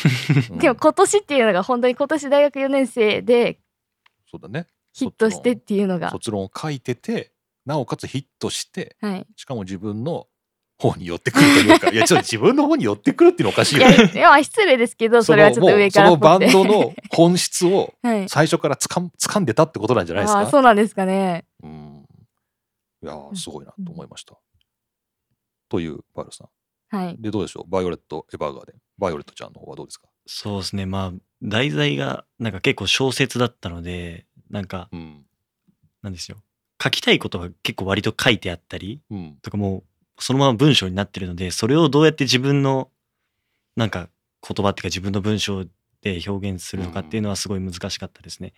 Speaker 1: うん
Speaker 2: でも今年っていうのが本当に今年大学4年生で
Speaker 1: そうだね
Speaker 2: ヒットしてっていうのが、
Speaker 1: 卒論を書いててなおかつヒットして
Speaker 2: はい。
Speaker 1: しかも自分の方に寄ってくると いうかいやちょっと自分の方に寄ってくるっていうのおかしい
Speaker 2: い
Speaker 1: よね
Speaker 2: や、いや失礼ですけど、そ
Speaker 1: の
Speaker 2: れはちょっと上から
Speaker 1: もうそのバ
Speaker 2: っぽく
Speaker 1: ン
Speaker 2: て
Speaker 1: ドの本質を
Speaker 2: はい。
Speaker 1: 最初からつかん 掴んでたってことなんじゃないです
Speaker 2: あ
Speaker 1: か
Speaker 2: あー、そうなんですかね。
Speaker 1: うんいやーすごいなと思いました、というパウルさん
Speaker 2: はい。
Speaker 1: でどうでしょうバイオレット・エヴァーガーデンバイオレットちゃんの方はどうですか
Speaker 3: そうですね。まあ、題材が、なんか結構小説だったので、なんか、
Speaker 1: うん
Speaker 3: なんですよ。書きたいことが結構割と書いてあったり、
Speaker 1: うん
Speaker 3: とかもう、そのまま文章になってるので、それをどうやって自分の、なんか言葉っていうか自分の文章で表現するのかっていうのはすごい難しかったですね。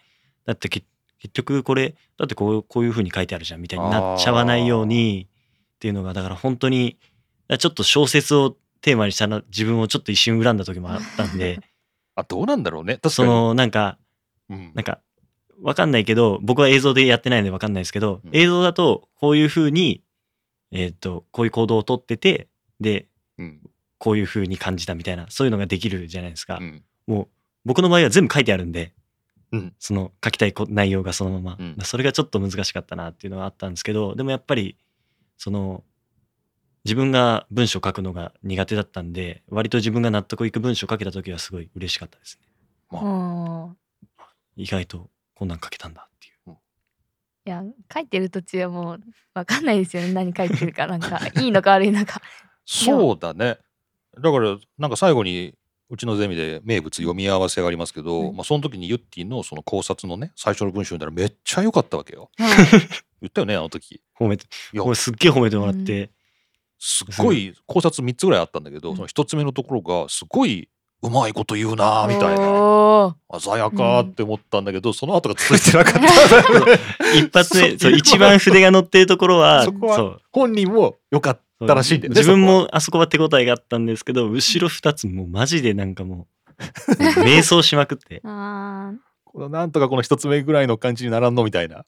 Speaker 3: だってけ結局これ、だってこうこういうふうに書いてあるじゃんみたいになっちゃわないようにっていうのが、だから本当に、だからちょっと小説をテーマにしたな自分をちょっと一瞬恨んだ時もあったんで、
Speaker 1: あどうなんだろうね確か
Speaker 3: そ
Speaker 1: に
Speaker 3: のなんか、
Speaker 1: うん
Speaker 3: なんか、わかんないけど、僕は映像でやってないのでわかんないですけど、
Speaker 1: うん
Speaker 3: 映像だと、こういう風に、えーっと、こういう行動をとってて、で、
Speaker 1: うん
Speaker 3: こういう風に感じたみたいな、そういうのができるじゃないですか。
Speaker 1: うん
Speaker 3: もう、僕の場合は全部書いてあるんで、
Speaker 1: うん
Speaker 3: その書きたいこ内容がそのまま、
Speaker 1: うん
Speaker 3: それがちょっと難しかったなっていうのはあったんですけど、でもやっぱり、その、自分が文章書くのが苦手だったんで、割と自分が納得いく文章書けた時はすごい嬉しかったですね。
Speaker 1: まあ
Speaker 2: うん。
Speaker 3: 意外とこんなん書けたんだっていう。
Speaker 2: いや、書いてる途中はもうわかんないですよね。何書いてるか、なんか、いいのか悪いのか。
Speaker 1: そうだね。だからなんか最後にうちのゼミで名物読み合わせがありますけど、
Speaker 2: はい
Speaker 1: まあ、その時にユッティのその考察のね最初の文章読んだらめっちゃ良かったわけよ。
Speaker 2: はい
Speaker 1: 言ったよねあの時。
Speaker 3: 褒めて
Speaker 1: いや
Speaker 3: 俺すっげえ褒めてもらって、
Speaker 1: すっごい考察3つぐらいあったんだけど、
Speaker 2: うん
Speaker 1: その1つ目のところがすごいうまいこと言う なあみたいな
Speaker 2: おー
Speaker 1: 鮮やかって思ったんだけど、その後が続いてなかった
Speaker 3: 一発目
Speaker 1: そ
Speaker 3: そうう一番筆が乗ってるところは
Speaker 1: そこは
Speaker 3: そう
Speaker 1: 本人も良かっ
Speaker 3: そう
Speaker 1: たらしいんだよね
Speaker 3: 自分
Speaker 1: そこは
Speaker 3: もあそこは手応えがあったんですけど後ろ二つもうマジでなんかもう迷走しま くって
Speaker 2: あー
Speaker 1: このなんとかこの一つ目ぐらいの感じにならんのみたいな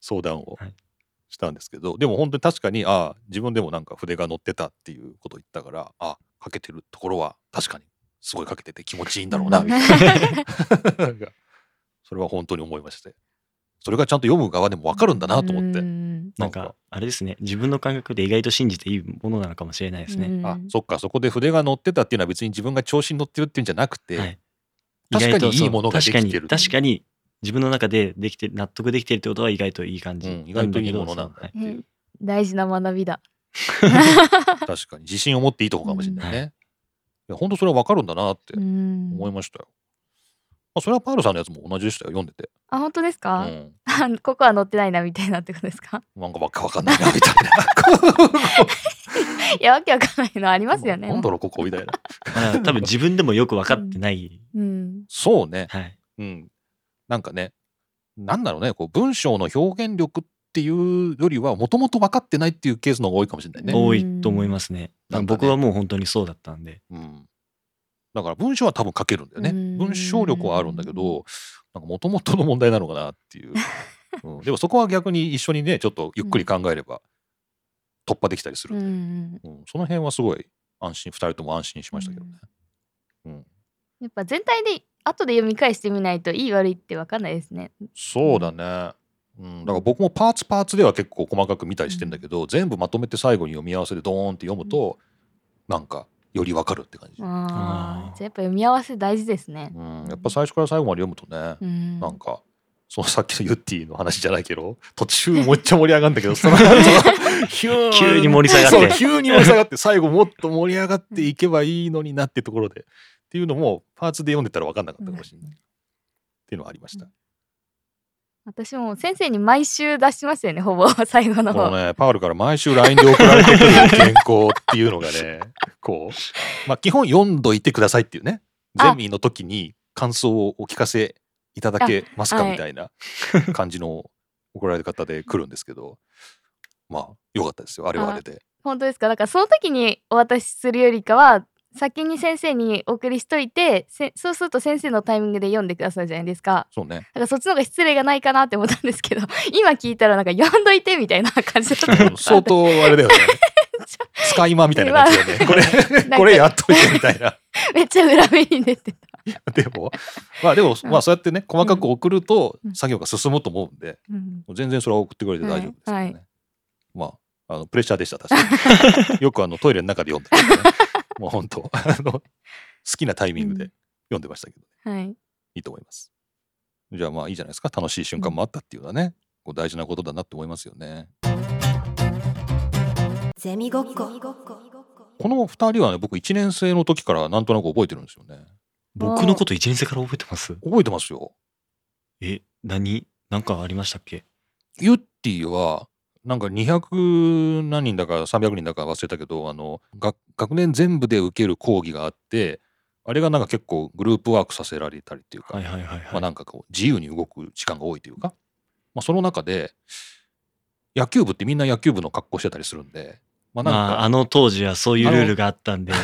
Speaker 1: 相談を
Speaker 3: はい
Speaker 1: したんですけど、でも本当に確かにああ自分でもなんか筆が乗ってたっていうことを言ったからあかけてるところは確かにすごいかけてて気持ちいいんだろうなみたいななんかそれは本当に思いましてそれがちゃんと読む側でも分かるんだなと思って、
Speaker 2: うん
Speaker 3: なん
Speaker 1: なんか
Speaker 3: かあれですね自分の感覚で意外と信じていいものなのかもしれないですね、
Speaker 1: あ
Speaker 2: うん
Speaker 1: そっかそこで筆が乗ってたっていうのは別に自分が調子に乗ってるっていうんじゃなくて、
Speaker 3: はい、
Speaker 1: 確かにいい
Speaker 3: そう
Speaker 1: ものができてる
Speaker 3: 確かに確かに自分の中でできて納得できてるってことは意外といい感じ、
Speaker 1: うん意外といいものなんだ
Speaker 3: は
Speaker 1: っ
Speaker 3: い
Speaker 1: ていう
Speaker 2: 大事な学びだ。
Speaker 1: 確かに自信を持っていいとこかもしれないね、
Speaker 3: うん
Speaker 1: いや本当それは分かるんだなって
Speaker 2: うん
Speaker 1: 思いましたよ。まあ、それはパールさんのやつも同じでしたよ、読んでて。
Speaker 2: あ、本当です
Speaker 1: う
Speaker 2: か、
Speaker 1: ん、
Speaker 2: あここは載ってないなみたいなってことですか
Speaker 1: なんかわけわかんないな、みたいな。
Speaker 2: いや、わけわかんないのありますよね。
Speaker 1: なんだろう、ここみたいな。
Speaker 3: まあ多分自分でもよく分かってない、
Speaker 2: うん。
Speaker 1: そうね。
Speaker 3: はい
Speaker 1: うん。なんかね、なんだろうね、こう文章の表現力っっていうよりはもともと分かってないっていうケースの方が多いかもしれないね。
Speaker 3: 多いと思いますね。
Speaker 1: うんなんかね
Speaker 3: 僕はもう本当にそうだったんで。
Speaker 1: うん、だから文章は多分書けるんだよね。
Speaker 2: うん
Speaker 1: 文章力はあるんだけどなんかもともとの問題なのかなっていう、うん、でもそこは逆に一緒にねちょっとゆっくり考えれば突破できたりする
Speaker 2: うん
Speaker 1: で、
Speaker 2: ん
Speaker 1: うんその辺はすごい安心2人とも安心しましたけどね。うん、
Speaker 2: やっぱ全体で後で読み返してみないといい悪いって分かんないですね。
Speaker 1: そうだね、うん、だから僕もパーツパーツでは結構細かく見たりしてんだけど、全部まとめて最後に読み合わせでドーンって読むと、なんかよりわかるって感じ、うん
Speaker 2: あ
Speaker 3: あ
Speaker 2: あじ
Speaker 3: ー
Speaker 2: ゃあやっぱ読み合わせ大事ですね。
Speaker 1: やっぱ最初から最後まで読むとね、
Speaker 2: うん、
Speaker 1: なんかそのさっきのユッティの話じゃないけど途中めっちゃ盛り上がるんだけどその後 ヒューン
Speaker 3: 急に盛り下がって
Speaker 1: そう急に盛り下がって最後もっと盛り上がっていけばいいのになってところでっていうのもパーツで読んでたら分かんなかったかもしれない、っていうのはありました。
Speaker 2: 私も先生に毎週出しましたよねほぼ 最後の
Speaker 1: この
Speaker 2: 方。
Speaker 1: ね、パウルから毎週 LINE で送られてくる原稿っていうのが ね、こう、まあ、基本読んどいてくださいっていうね、
Speaker 2: あ
Speaker 1: ゼミの時に感想をお聞かせいただけます
Speaker 2: あ
Speaker 1: か
Speaker 2: はい
Speaker 1: みたいな 感じの送られ方で来るんですけど、まあ、良かったですよ、あれはあれで。
Speaker 2: 本当ですかだからその時にお渡しするよりかは先に先生にお送りしといてせそうすると先生のタイミングで読んでくださるじゃないですか。
Speaker 1: そうね。
Speaker 2: だからそっちの方が失礼がないかなって思ったんですけど 今聞いたらなんか読んどいてみたいな感じだった
Speaker 1: うん相当あれだ よね。使い間みたいな感じだよね。こ
Speaker 2: んか
Speaker 1: れ、これやっといてみたいな。
Speaker 2: めっちゃ裏目に出てた。
Speaker 1: でも、まあでも、まあそうやってね、細かく送ると
Speaker 2: うん
Speaker 1: 作業が進むと思うんで、
Speaker 2: うん
Speaker 1: 全然それは送ってくれて大丈夫ですけどね。
Speaker 2: はいは
Speaker 1: まあ、あのプレッシャーでした、確か に。よくあのトイレの中で読んだけどね、もう本当、あの好きなタイミングで読んでましたけど、
Speaker 2: はい、
Speaker 1: いいと思います。じゃあまあいいじゃないですか。楽しい瞬間もあったっていうのはね、こう大事なことだなって思いますよね。
Speaker 4: ゼミごっこ
Speaker 1: この2人はね、僕1年生の時からなんとなく覚えてるんですよね。
Speaker 3: 僕のこと一年生から覚えてます
Speaker 1: 覚えてますよ。
Speaker 3: え、何なんかありましたっけ
Speaker 1: ユッティはなんか200何人だか300人だか忘れたけどあのが学年全部で受ける講義があってあれがなんか結構グループワークさせられたりっていうか、
Speaker 3: はいはいはい
Speaker 1: まあ、
Speaker 3: は。
Speaker 1: ないんかこう自由に動く時間が多いというか、まあ、その中で野球部ってみんな野球部の格好してたりするんで、まあ、
Speaker 3: ま
Speaker 1: なん
Speaker 3: あ、
Speaker 1: か
Speaker 3: あの当時はそういうルールがあったんで、
Speaker 1: あ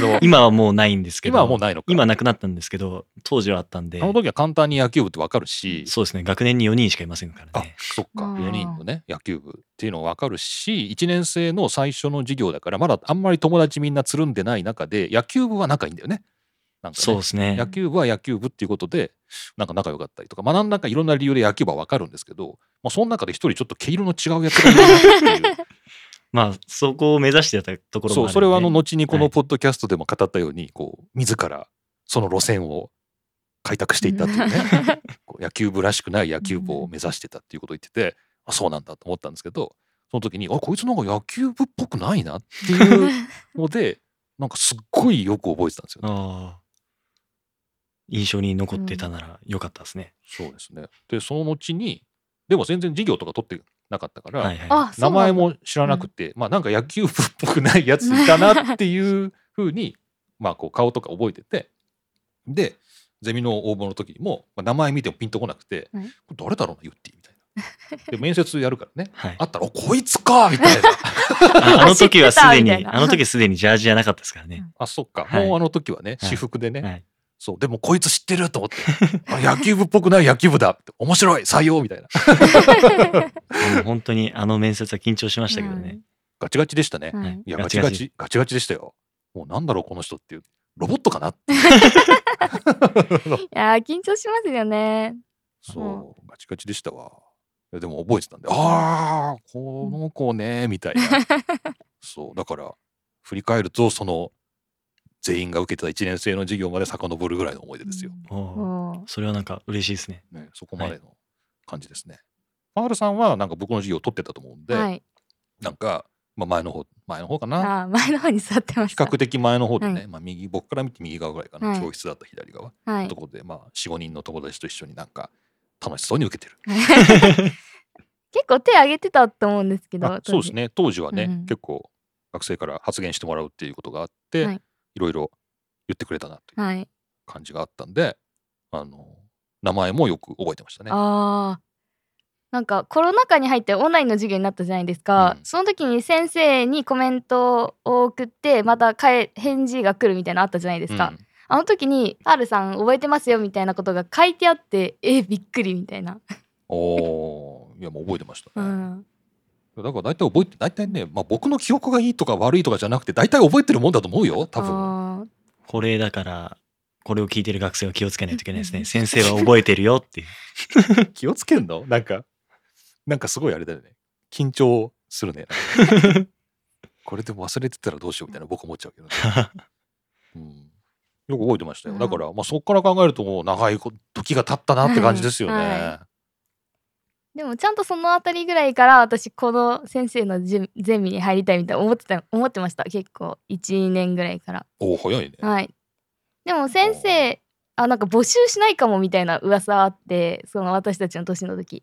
Speaker 1: の
Speaker 3: 今はもうないんですけど、
Speaker 1: 今はもうないのか
Speaker 3: 今なくなったんですけど、当時はあったんで
Speaker 1: あ、の時は簡単に野球部ってわかるし
Speaker 3: そうですね、学年に4人しかいませんから
Speaker 1: あ
Speaker 3: ね。
Speaker 1: そっか
Speaker 2: あー
Speaker 1: 4人のね野球部っていうの分かるし1年生の最初の授業だからまだあんまり友達みんなつるんでない中で野球部は仲いいんだよね。なんかね
Speaker 3: そうですね
Speaker 1: 野。球部は野球部っていうことでなんか仲良かったりとかまあなんだかいろんな理由で野球部は分かるんですけど、まあ、その中で一人ちょっと毛色の違うやつがいるなっていう
Speaker 3: まあ、そこを目指してたところも
Speaker 1: そ
Speaker 3: あるん
Speaker 1: う
Speaker 3: で
Speaker 1: それはあの後にこ
Speaker 3: は
Speaker 1: の
Speaker 3: い
Speaker 1: ポッドキャストでも語ったようにこう自らその路線を開拓していったっていうね。 こう野球部らしくない野球部を目指してたっていうことを言って て、あそうなんだと思ったんですけどその時にあこいつなんか野球部っぽくないなっていう のでなんかすっごいよく覚えてたんですよね。
Speaker 3: ああ印象に残ってたなら良かったですね。
Speaker 1: そうですねでその後にでも全然授業とか取ってなかったから、
Speaker 3: はいはい。
Speaker 2: あそ
Speaker 1: 名
Speaker 2: うな
Speaker 1: 前
Speaker 2: んだ
Speaker 1: も知らなくて、まあなんか野球部っぽくないやついたなっていうふうにまあこう顔とか覚えててでゼミの応募の時にも、まあ、名前見てもピンとこなくて、
Speaker 2: うん
Speaker 1: これ誰だろうなユッティみたいな。で面接やるからね
Speaker 3: はい
Speaker 1: あ、ったら、おこいつかみたいな。
Speaker 3: ああの時はす
Speaker 2: 知って
Speaker 3: で
Speaker 2: たみ
Speaker 3: に、
Speaker 2: たいな
Speaker 3: あの時すでにジャージじゃなかったですからね。
Speaker 1: あ、そっか。
Speaker 3: はい
Speaker 1: もうあの時はね、
Speaker 3: はい
Speaker 1: 私服でね、
Speaker 3: はい
Speaker 1: そう、でもこいつ知ってると思って、あ野球部っぽくない野球部だって、面白い採用みたいな。
Speaker 3: もう本当にあの面接は緊張しましたけど ね。
Speaker 1: ガチガチでしたね。
Speaker 2: うん
Speaker 3: はい
Speaker 1: いや、ガチガチ、ガチガチでしたよ。もうなんだろう、この人っていう。ロボットかなって。
Speaker 2: いやー緊張しますよね。
Speaker 1: そう、ガチガチでしたわ。いやでも覚えてたんで、ああ、この子ね、みたい な。そう、だから、振り返ると、その、全員が受けてた1年生の授業まで遡るぐらいの思い出ですよ。
Speaker 3: おー
Speaker 2: も
Speaker 3: それはなんか嬉しいですね。
Speaker 1: ね、そこまでの感じですね。パールさんはなんか僕の授業を取ってたと思うん
Speaker 2: う
Speaker 1: で、
Speaker 2: はい。
Speaker 1: なんか、まあ、前の方前の方かな
Speaker 2: あー前の方に座ってまし
Speaker 1: 比
Speaker 2: た。
Speaker 1: 較的前の方でね、
Speaker 2: はい
Speaker 1: まあ、右僕から見て右側ぐらいかな、
Speaker 2: はい
Speaker 1: 教室だった左側
Speaker 2: は
Speaker 1: の
Speaker 2: い
Speaker 1: と。ころで、まあ、45人の友達と一緒になんか楽しそうに受けてる。
Speaker 2: 結構手挙げてたと思うんですけど
Speaker 1: あ。そうです
Speaker 2: ね。
Speaker 1: ね当時はね、
Speaker 2: うんうん
Speaker 1: 結構学生から発言してもらうっていうことがあって、
Speaker 2: はい
Speaker 1: い、ろいろ言ってくれたなという
Speaker 2: はい。
Speaker 1: 感じがあったんで、あの名前もよく覚えてましたね。
Speaker 2: ああ。なんかコロナ禍に入ってオンラインの授業になったじゃないですか、
Speaker 1: うん
Speaker 2: その時に先生にコメントを送ってまた返返事が来るみたいなのあったじゃないですか、
Speaker 1: うん
Speaker 2: あの時に「R さん覚えてますよ」みたいなことが書いてあって「えびっくり」みたいな、
Speaker 1: おーいやもう覚えてました
Speaker 2: う
Speaker 1: ね、
Speaker 2: ん、
Speaker 1: だから大体覚えて大体ね、まあ、僕の記憶がいいとか悪いとかじゃなくて大体覚えてるもんだと思うよ多分
Speaker 2: 分
Speaker 3: これだから、これを聞いてる学生は気をつけないといけないですね。先生は覚えてるよっていう。
Speaker 1: 気をつけんのなんかなんかすごいあれだよね緊張するねなんか これでも忘れてたらどうしようみたいな僕思っちゃうけどね、うんよく覚えてましたよだから、まあ、そこから考えるともう長いこ時が経ったなって感じですよね、
Speaker 2: はいはでもちゃんとそのあたりぐらいから私この先生のゼミゼミに入りたいみたいな思ってた思ってました結構12年ぐらいから
Speaker 1: おお早いね、
Speaker 2: はいでも先生あなんか募集しないかもみたいな噂あってその私たちの年の時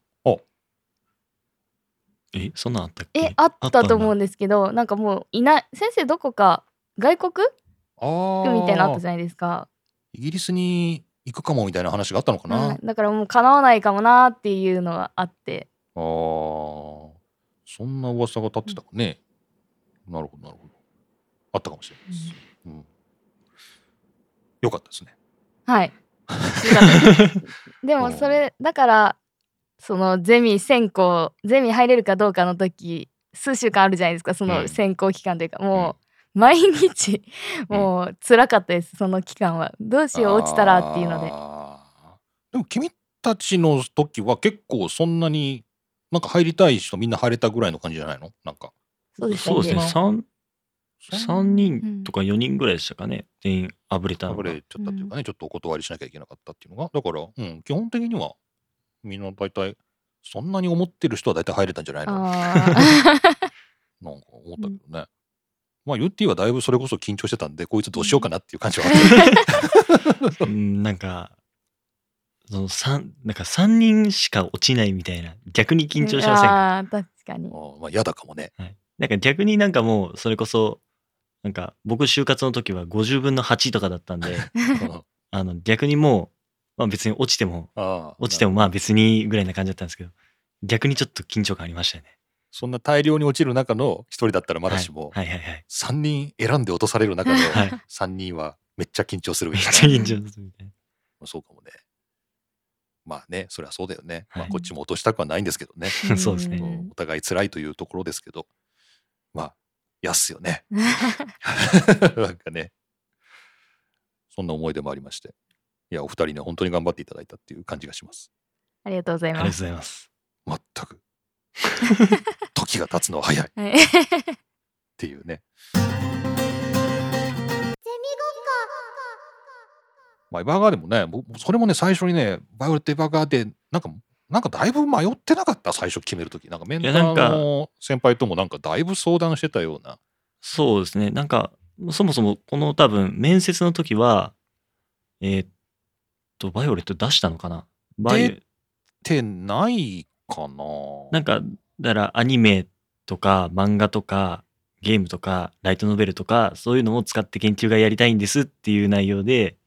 Speaker 3: え、そんなんあったっけ
Speaker 2: えあっ
Speaker 3: あった
Speaker 2: た
Speaker 3: んだ
Speaker 2: と思うんですけどなんかもういない先生どこか外国
Speaker 1: あー
Speaker 2: みたいなのあったじゃないですか
Speaker 1: イギリスに行くかもみたいな話があったのかな、
Speaker 2: はいだからもう叶わないかもなーっていうのがあって
Speaker 1: あーそんな噂が立ってたかね、なるほどなるほどあったかもしれないです、うんよかったですね
Speaker 2: はいよかったですでもそれだからそのゼミ選考ゼミ入れるかどうかの時数週間あるじゃないですかそうの
Speaker 1: ん
Speaker 2: 選考期間というか、もう毎日
Speaker 1: うん
Speaker 2: もう辛かったですその期間はどうしよう落ちたらっていうので
Speaker 1: あーでも君たちの時は結構そんなになんか入りたい人みんな入れたぐらいの感じじゃないのなんか
Speaker 2: そうでした
Speaker 3: そうですね。三
Speaker 1: そん
Speaker 3: 三人とか四人ぐらいでしたかね。全員あぶれたの
Speaker 1: あぶ
Speaker 3: が
Speaker 1: れちゃったっていうかね、ちょっとお断りしなきゃいけなかったっていうのがだから、うん、基本的にはみんな大体そんなに思ってる人は大体入れたんじゃないの
Speaker 2: あー
Speaker 1: なんか思ったけどね。まあ、ユッティはだいぶそれこそ緊張してたんで、こいつどうしようかなっていう感じはあったよね。
Speaker 3: うん、なんか、その三、なんか三人しか落ちないみたいな、逆に緊張しませんか、
Speaker 2: あー確かに
Speaker 1: うん まあ、嫌だかも ね。
Speaker 3: はい、なんか逆になんかもう、それこそ、なんか僕就活の時は50分の8とかだったんで、
Speaker 1: うん
Speaker 3: あの逆にもう、まあ別に落ちても、
Speaker 1: ああ
Speaker 3: 落ちてもまあ別にぐらいな感じだったんですけど、逆にちょっと緊張感ありましたよね。
Speaker 1: そんな大量に落ちる中の一人だったらまだしも、
Speaker 3: はいはいはいはい。
Speaker 1: 三人選んで落とされる中の
Speaker 3: はい
Speaker 1: 三人はめっちゃ緊張するみ
Speaker 3: めった
Speaker 1: いな
Speaker 3: ちゃ緊張するみたいな。
Speaker 1: そうかもね。まあね、そりゃそうだよね。ま
Speaker 3: は
Speaker 1: あ、
Speaker 3: い
Speaker 1: こっちも落としたくはないんですけどね。
Speaker 2: うん
Speaker 3: そうですね
Speaker 1: うんお互い辛いというところですけど、まあ、安よ ね。なんかね、そんな思い出もありまして、いや、お二人ね、本当に頑張っていただいたっていう感じがします。
Speaker 2: ありがとうござい
Speaker 3: あ
Speaker 2: ま
Speaker 3: りがとうご
Speaker 2: す
Speaker 3: ざいます。
Speaker 1: 全 く。時が経つのは早いっ
Speaker 2: はい
Speaker 1: ていうね。まあ、バーガーでもね、僕それもね、最初にね、バイオレット・エヴァーガーで、なんか、なんかだいぶ迷ってなかった、最初決めるとき。なんかメンタ
Speaker 3: いやなん
Speaker 1: ー
Speaker 3: か
Speaker 1: の先輩ともなんかだいぶ相談してたような。
Speaker 3: そうですね。なんか、そもそもこの多分、面接の時は、えーっと、バイオレット出したのかなバイオ
Speaker 1: ってないかな
Speaker 3: なんか、だからアニメとか漫画とかゲームとかライトノベルとかそういうのを使って研究がやりたいんですっていう内容で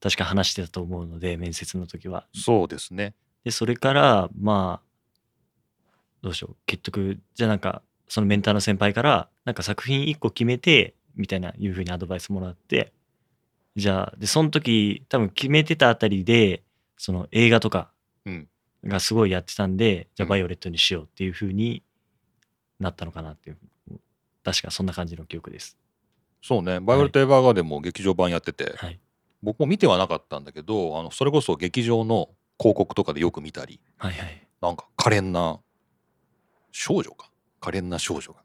Speaker 3: 確か話してたと思うので面接の時は。
Speaker 1: そうですね。
Speaker 3: でそれからまあどうしよう結局じゃあなんかそのメンターの先輩からなんか作品1個決めてみたいないうふうにアドバイスもらってじゃあでその時多分決めてたあたりでその映画とか
Speaker 1: うん
Speaker 3: がすごいやってたんで、じゃ
Speaker 1: う
Speaker 3: あ
Speaker 1: ん
Speaker 3: バイオレットにしようっていうふうになったのかなっていう確かそんな感じの記憶です。
Speaker 1: そうね、バイオレット・エヴァーガーデンも劇場版やってて、
Speaker 3: はい、
Speaker 1: 僕も見てはなかったんだけど、あのそれこそ劇場の広告とかでよく見たり、
Speaker 3: はい、はい
Speaker 1: なんか可憐な少女か、可憐な少女が、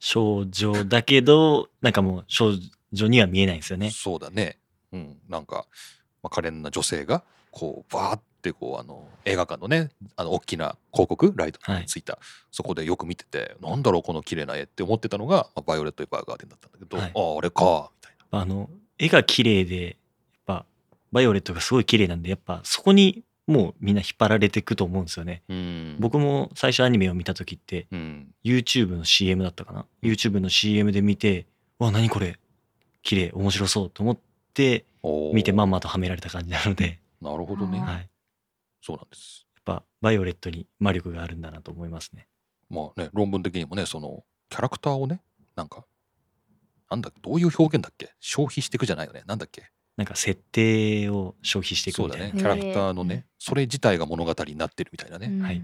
Speaker 3: 少女だけどなんかもう少女には見えないんですよね。
Speaker 1: そうだね、うん、なんか、まあ、可憐な女性が、こう、バーってこうあの映画館のね、あの大きな広告、ライト
Speaker 3: は
Speaker 1: に
Speaker 3: い
Speaker 1: ついた、そこでよく見てて、なんだろう、この綺麗な絵って思ってたのが、まあバイオレット・エヴァーガーデンだったんだけど、
Speaker 3: は
Speaker 1: あ
Speaker 3: い
Speaker 1: あ、あれか、みたいな。
Speaker 3: あの絵が綺麗でやっぱバイオレットがすごい綺麗なんでやっぱそこにもうみんな引っ張られていくと思うんですよね。
Speaker 1: うん、
Speaker 3: 僕も最初アニメを見た時って
Speaker 1: うん、
Speaker 3: YouTube の CM だったかな YouTube の CM で見て「うわ何これ綺麗面白そう」と思って
Speaker 1: おー
Speaker 3: 見てまんまとはめられた感じなので、
Speaker 1: なるほどね、
Speaker 2: あー
Speaker 3: はい、
Speaker 1: そうなんです。
Speaker 3: ぱバイオレットに魔力があるんだなと思いますね。
Speaker 1: まあね、論文的にもね、そのキャラクターをね、なんか、なんだ、どういう表現だっけ消費していくじゃないよね。なんだっけ
Speaker 3: なんか設定を消費していく
Speaker 1: そう
Speaker 3: み
Speaker 1: だ
Speaker 3: た
Speaker 1: ね。
Speaker 3: いな。
Speaker 2: み
Speaker 1: キ
Speaker 2: た
Speaker 1: ャ
Speaker 2: いな
Speaker 1: ラクターのね、
Speaker 3: うん
Speaker 1: それ自体が物語になってるみたいなね。
Speaker 2: うん
Speaker 3: はい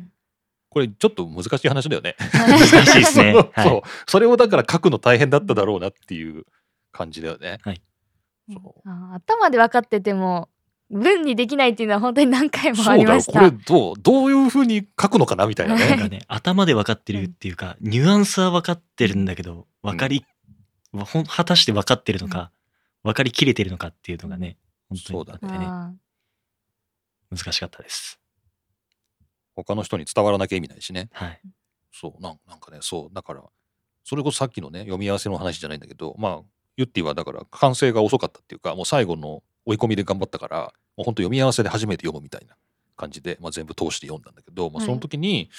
Speaker 1: これちょっと難しい話だよね。
Speaker 3: 難しいで すね
Speaker 1: そう。
Speaker 3: はい
Speaker 1: それをだから書くの大変だっただろうなっていう感じだよね。
Speaker 3: はい
Speaker 1: そ
Speaker 2: あー頭で分かってても文にできないっていうのは本当に何回
Speaker 1: う
Speaker 2: も
Speaker 1: そ
Speaker 2: あ
Speaker 1: う
Speaker 2: り
Speaker 1: だ
Speaker 2: ま
Speaker 1: よ。
Speaker 2: し
Speaker 1: こ
Speaker 2: た。
Speaker 1: れどう、どういうふうに書くのかなみたいな
Speaker 2: は
Speaker 3: なん
Speaker 1: ね。
Speaker 3: かね、 頭で分かってるっていうか、ニュアンスは分かってるんだけど、分かり、わほん果たして分かってるのか、分かりきれてるのかっていうのがね、本当にあって
Speaker 1: れ
Speaker 2: あ
Speaker 3: ね、
Speaker 2: ー
Speaker 3: 難しかったです。
Speaker 1: 他の人に伝わらなきゃ意味ないしね。
Speaker 3: はい。
Speaker 1: そうなんなんかねそうだからそれこそさっきのね読み合わせの話じゃないんだけどまあユッティはだから完成が遅かったっていうかもう最後の追い込みで頑張ったからもうほんと読み合わせで初めて読むみたいな感じで、まあ、全部通して読んだんだけど、まあ、
Speaker 2: はい
Speaker 1: その時に、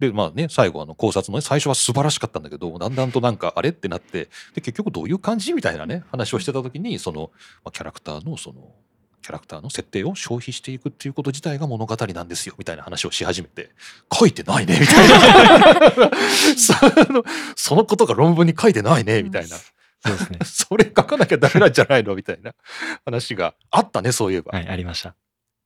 Speaker 1: でまあね最後あの考察のね最初は素晴らしかったんだけどだんだんとなんかあれってなってで結局どういう感じみたいなね話をしてた時にその、まあ、キャラクターのそのキャラクターの設定を消費していくっていうこと自体が物語なんですよみたいな話をし始めて書いてないねみたい なそのそのことが論文に書いてないねみたいな、。
Speaker 3: そうですね
Speaker 1: それ書かなきゃダメなんじゃないのみたいな話があったねそういえば、
Speaker 3: はい、ありました。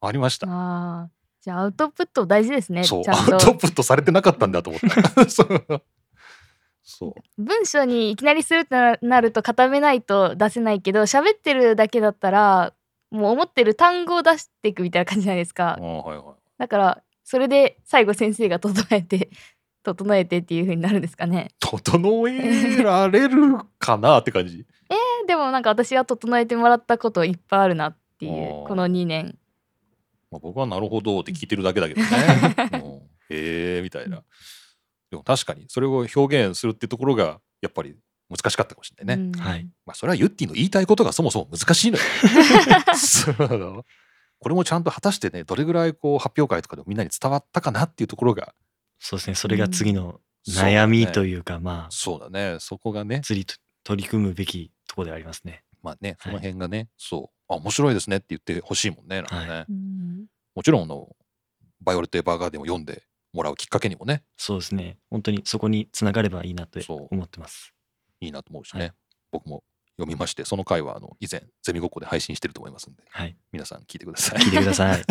Speaker 1: ありました
Speaker 2: あーじゃあアウトプット大事ですね。ち
Speaker 1: そう
Speaker 2: ゃ
Speaker 1: ア
Speaker 2: ん
Speaker 1: ウト
Speaker 2: と
Speaker 1: プットされてなかったんだと思った そうそう
Speaker 2: 文章にいきなりするとなると固めないと出せないけど喋ってるだけだったらもう思ってる単語を出していくみたいな感じじゃないですか
Speaker 1: あ。はいはい
Speaker 2: だからそれで最後先生が整えて 整えてっていう風になるんですかね。
Speaker 1: 整えられるかなって感じ
Speaker 2: でもなんか私は整えてもらったこといっぱいあるなってい
Speaker 1: お
Speaker 2: う
Speaker 1: ー
Speaker 2: この2年
Speaker 1: まあ、僕はなるほどって聞いてるだけだけど ね。うんへえみたいな。でも確かにそれを表現するってところがやっぱり難しかったかもしれないね。
Speaker 2: うん
Speaker 3: はい
Speaker 1: まあそれはユッティの言いたいことがそもそも難しい のよ。そうこれもちゃんと果たしてねどれぐらいこう発表会とかでもみんなに伝わったかなっていうところが
Speaker 3: そうですね。それが次の悩みと
Speaker 1: う
Speaker 3: いうか、まあ、
Speaker 1: そうだねそこがね
Speaker 3: 釣りと取り組むべきところではありますね。
Speaker 1: まあねそ
Speaker 3: はい
Speaker 1: の辺がね、そうあ面白いですねって言ってほしいもんねなんかね、
Speaker 3: は
Speaker 2: うん
Speaker 1: もちろんあの「バイオレット・エヴァーガーデン」を読んでもらうきっかけにもね
Speaker 3: そうですね。本当にそこにつながればいいなと
Speaker 1: そう
Speaker 3: 思ってます。
Speaker 1: いいなと思うしね、
Speaker 3: はい
Speaker 1: 僕も読みましてその回はあの以前ゼミごっこで配信してると思いますんで
Speaker 3: はい。
Speaker 1: 皆さん聞いてください
Speaker 3: 聞いてくだ さい。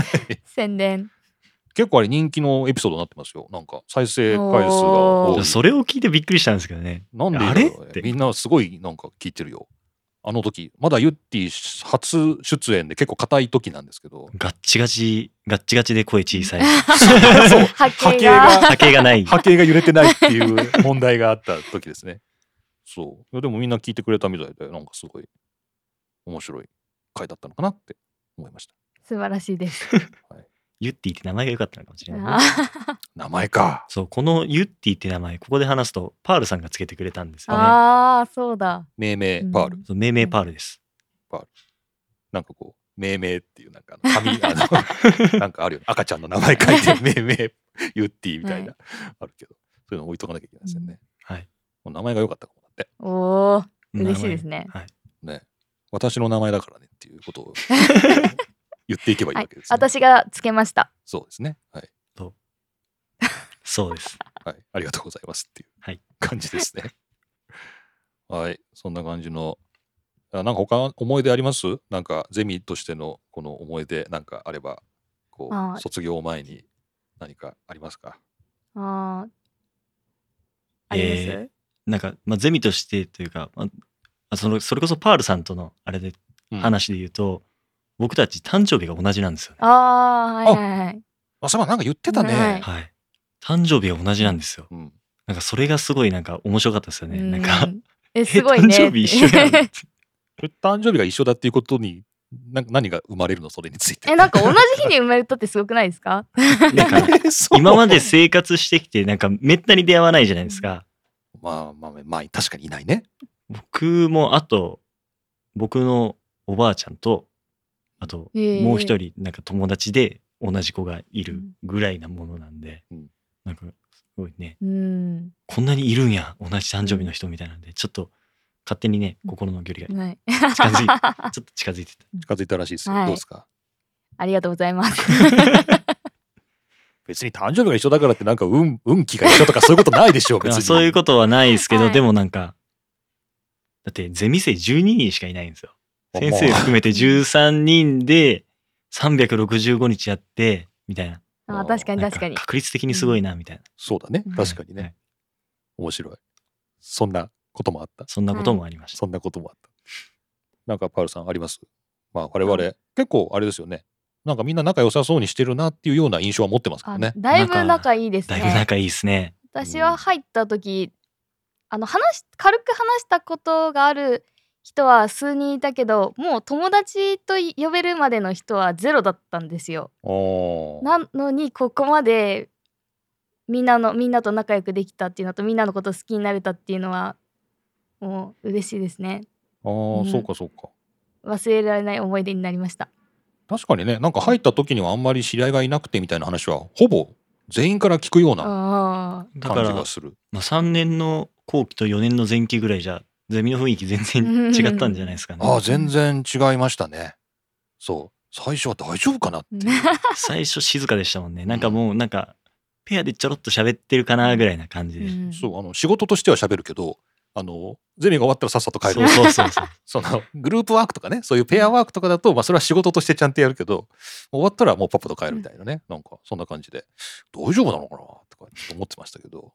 Speaker 2: 宣伝
Speaker 1: 結構あれ人気のエピソードになってますよなんか再生回数が
Speaker 2: お
Speaker 1: 多
Speaker 2: ー
Speaker 1: い
Speaker 3: それを聞いてびっくりしたんですけどね。
Speaker 1: なんでだろうね
Speaker 3: あれって
Speaker 1: みんなすごいなんか聞いてるよあの時まだユッティ初出演で結構硬い時なんですけ ど
Speaker 3: ガッチガチ、ガッチガチで声小 さい。
Speaker 1: そう
Speaker 2: 波
Speaker 1: 波
Speaker 2: 形
Speaker 1: 形が
Speaker 2: が
Speaker 3: 波形がない。
Speaker 1: 波形が揺れてないっていう問題があった時ですねそういやでもみんな聞いてくれたみたいでなんかすごい面白い回だったのかなって思いました
Speaker 2: 素晴らしいです。
Speaker 3: ユッティって名前が良かったのかもしれない
Speaker 2: あ
Speaker 3: ね。
Speaker 1: 名前か
Speaker 3: そう、このユッティって名前、ここで話すと、パールさんがつけてくれたんですよね。
Speaker 2: あーそうだ。
Speaker 1: 命名パール、
Speaker 2: うん
Speaker 3: そう命名パールです。
Speaker 1: なんかこう、命名っていう、なんかあの、紙、あ の、なんかあるよね。赤ちゃんの名前書いて、命名、ユッティみたいな、
Speaker 2: は
Speaker 1: あるけど、そういうの置いとかなきゃいけないですよね。
Speaker 3: はい。
Speaker 1: もう名前が良かったかもだって。
Speaker 2: おー嬉しいですね。
Speaker 3: ね。はい。
Speaker 1: ね。私の名前だからねっていうこと を言っていけばいい
Speaker 2: は
Speaker 1: わ
Speaker 2: い
Speaker 1: けです、ね
Speaker 2: 私がつけました。
Speaker 1: そうですね。はい。
Speaker 3: そうです。
Speaker 1: はい。ありがとうございますってい
Speaker 3: は
Speaker 1: う
Speaker 3: い
Speaker 1: 感じですね。 はい。そんな感じの。あなんか他思い出ありますなんかゼミとしてのこの思い出なんかあれば、こ
Speaker 2: あ
Speaker 1: う、卒業前に何かありますか
Speaker 2: あーあります、
Speaker 3: えなんか、まあ、ゼミとしてというか、まあ、その、それこそパールさんとの、あれで、
Speaker 1: うん
Speaker 3: 話で言うと、僕たち誕生日が同じなんですよね。
Speaker 2: あーはいはいはい。
Speaker 1: あ、そういえばなんか言ってたね。
Speaker 2: はい
Speaker 3: はい。誕生日が同じなんですよ。
Speaker 1: うん。
Speaker 3: なんか、それがすごい、なんか、面白かったですよね。なんか
Speaker 2: う、え
Speaker 3: え
Speaker 2: すごいね。
Speaker 3: 誕生日一緒やんって。
Speaker 1: 誕生日が一緒だっていうことに、な何が生まれるのそれについて。
Speaker 2: えなんか同じ日に生まれたってすごくないですか？
Speaker 3: なん か、
Speaker 1: そう
Speaker 3: 今まで生活してきて、なんか、めったに出会わないじゃないですか。
Speaker 1: まあまあまあ、確かにいないね。
Speaker 3: 僕もあと僕のおばあちゃんとあと
Speaker 2: へえ
Speaker 3: もう一人なんか友達で同じ子がいるぐらいなものなんで、
Speaker 1: うん
Speaker 3: なんかすごいね
Speaker 2: うん
Speaker 3: こんなにいるんや同じ誕生日の人みたいなんでちょっと勝手にね心の距離 が
Speaker 2: はい。
Speaker 3: 近づいてちょっと近づいてた
Speaker 1: 近づいたらしいですよ。
Speaker 2: はい
Speaker 1: どうですか
Speaker 2: ありがとうございます。
Speaker 1: 別に誕生日が一緒だからってなんか運運気が一緒とかそういうことないでしょう
Speaker 3: ま
Speaker 1: 別
Speaker 3: あ
Speaker 1: に
Speaker 3: そういうことはないですけ
Speaker 2: は
Speaker 3: ど、
Speaker 2: い
Speaker 3: でもなんか、だってゼミ生12人しかいないんですよ。
Speaker 1: まあ
Speaker 3: 先生含めて13人で365日やって、みたいな。
Speaker 2: あー確かに
Speaker 3: なん
Speaker 2: 確かに。
Speaker 3: 確率的にすごいな、みたいな。
Speaker 1: そうだね
Speaker 2: うん
Speaker 1: 確かにね、
Speaker 3: はい
Speaker 1: 面白いそんなこともあった
Speaker 3: そんなこともありました。
Speaker 1: そんなこともあったなんかパウルさんありますまあ我々、結構あれですよねなんかみんな仲良さそうにしてるなっていうような印象は持ってますから
Speaker 2: あ
Speaker 1: ね
Speaker 2: だいぶ仲いいです
Speaker 3: だいぶ
Speaker 2: ね。
Speaker 3: 仲いいですね。
Speaker 2: 私は入った時、あの話し軽く話したことがある人は数人いたけど、もう友達と呼べるまでの人はゼロだったんですよ。
Speaker 1: おー
Speaker 2: なのにここまでみんなのみんなと仲良くできたっていうのとみんなのこと好きになれたっていうのはもう嬉しいですね
Speaker 1: あー
Speaker 2: うん
Speaker 1: そうかそうか
Speaker 2: 忘れられない思い出になりました
Speaker 1: 確かにねなんか入った時にはあんまり知り合いがいなくてみたいな話はほぼ全員から聞くような
Speaker 2: あ
Speaker 3: だか
Speaker 1: 感じ
Speaker 3: ら、
Speaker 1: がする
Speaker 3: まあ、3年の後期と4年の前期ぐらいじゃ、ゼミの雰囲気全然違ったんじゃないですかね。
Speaker 1: ああ全然違いましたねそう最初は大丈夫かなっていう
Speaker 2: ー
Speaker 3: 最初静かでしたもんね。なんかもう、なんか、ペアでちょろっと喋ってるかなぐらいな感じで。
Speaker 2: うん
Speaker 1: そうあの仕事としては喋るけどあのゼミが終わったらさっさと帰
Speaker 3: そ
Speaker 1: る
Speaker 3: うそうそう そう。
Speaker 1: そのグループワークとかねそういうペアワークとかだと、まあ、それは仕事としてちゃんとやるけど終わったらもうパパと帰るみたいなね、なんかそんな感じで大丈夫なのかなとかちょっと思ってましたけど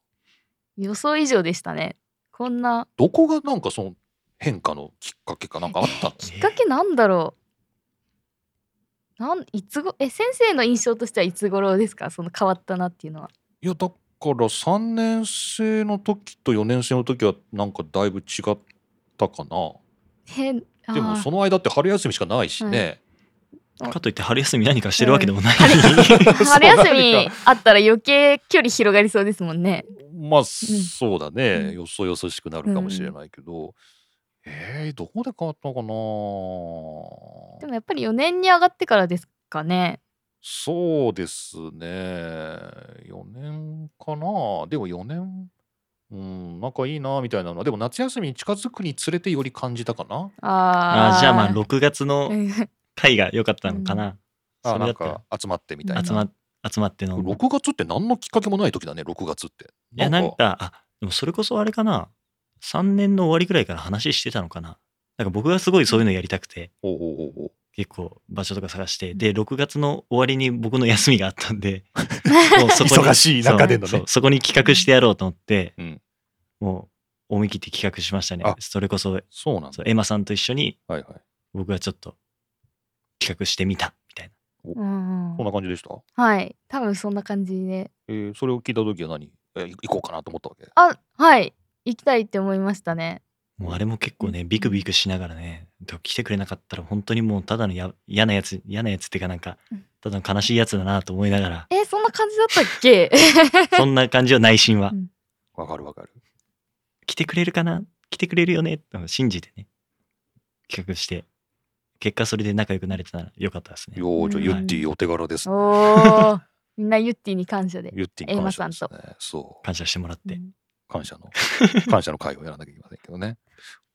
Speaker 2: 予想以上でしたねこんな
Speaker 1: どこがなんかその変化のきっかけかなんかあったんです
Speaker 2: きっかけなんだろうなんいつごえ先生の印象としてはいつ頃ですかその変わったなっていうのはい
Speaker 1: やだから3年生の時と4年生の時はなんかだいぶ違ったかな
Speaker 2: えーあー
Speaker 1: でもその間って春休みしかないしね、
Speaker 3: かといって春休み何かしてるわけでもない、
Speaker 2: 春休
Speaker 1: そう
Speaker 2: み あったら余計距離広がりそうですもんね
Speaker 1: まあそうだね、
Speaker 2: うん
Speaker 1: よそよそしくなるかもしれないけど、えー、どこで変わったかな
Speaker 2: でもやっぱり4年に上がってからですかね
Speaker 1: そうですね4年かなでも4年うん仲いいなみたいなのはでも夏休みに近づくにつれてより感じたかな
Speaker 2: あ
Speaker 3: あ
Speaker 2: ー
Speaker 3: ーじゃあまあ6月の
Speaker 2: うん
Speaker 3: 回が良かったのかな。
Speaker 1: あ
Speaker 3: それ
Speaker 1: な
Speaker 3: だ
Speaker 1: ん
Speaker 3: ったら
Speaker 1: か集まってみたい
Speaker 3: 集
Speaker 1: な
Speaker 3: ま集まっての。い
Speaker 1: 6月って何のきっかけもない時だね6月って
Speaker 3: やなんかあでもそれこそあれかな3年の終わりぐらいから話してたのかな。なんか僕がすごいそういうのやりたくて
Speaker 1: おうおうおうおう
Speaker 3: 結構場所とか探してで6月の終わりに僕の休みがあった んでもうそこに
Speaker 1: 忙しい中でのね
Speaker 3: そうそうそこに企画してやろうと思って、
Speaker 1: うん
Speaker 3: もう思い切って企画しましたね
Speaker 1: あ。
Speaker 3: それこそ
Speaker 1: そうなん
Speaker 3: そ
Speaker 1: だ
Speaker 3: うエマさんと一緒に
Speaker 1: はいはい
Speaker 3: 僕がちょっと企画してみたみたい
Speaker 2: う
Speaker 3: な。
Speaker 2: ん
Speaker 1: こんな感じでした
Speaker 2: はい多分そんな感じで
Speaker 1: えーそれを聞いた時は何えーい行こうかなと思ったわけ
Speaker 2: あはい行きたいって思いましたね
Speaker 3: もうあれも結構ね、ビクビクしながらね、来てくれなかったら本当にもうただのや嫌なやつ、嫌なやつっていうかなんか
Speaker 2: うん、、
Speaker 3: ただの悲しいやつだなと思いながら
Speaker 2: えそんな感じだったっけ
Speaker 3: そんな感じは内心は
Speaker 2: うん。
Speaker 1: わかるわかる
Speaker 3: 来てくれるかな来てくれるよねと信じてね、企画して、結果それで仲良くなれてたらよかったですね。
Speaker 1: よーじゃあ
Speaker 2: うん
Speaker 1: ユッティお手柄ですね
Speaker 2: おーみんなユッティに感謝で
Speaker 1: ユッティに感謝ですね
Speaker 2: エ
Speaker 1: そう
Speaker 3: 感謝してもらって。
Speaker 1: 感謝の感謝の会をやらなきゃいけませんけどね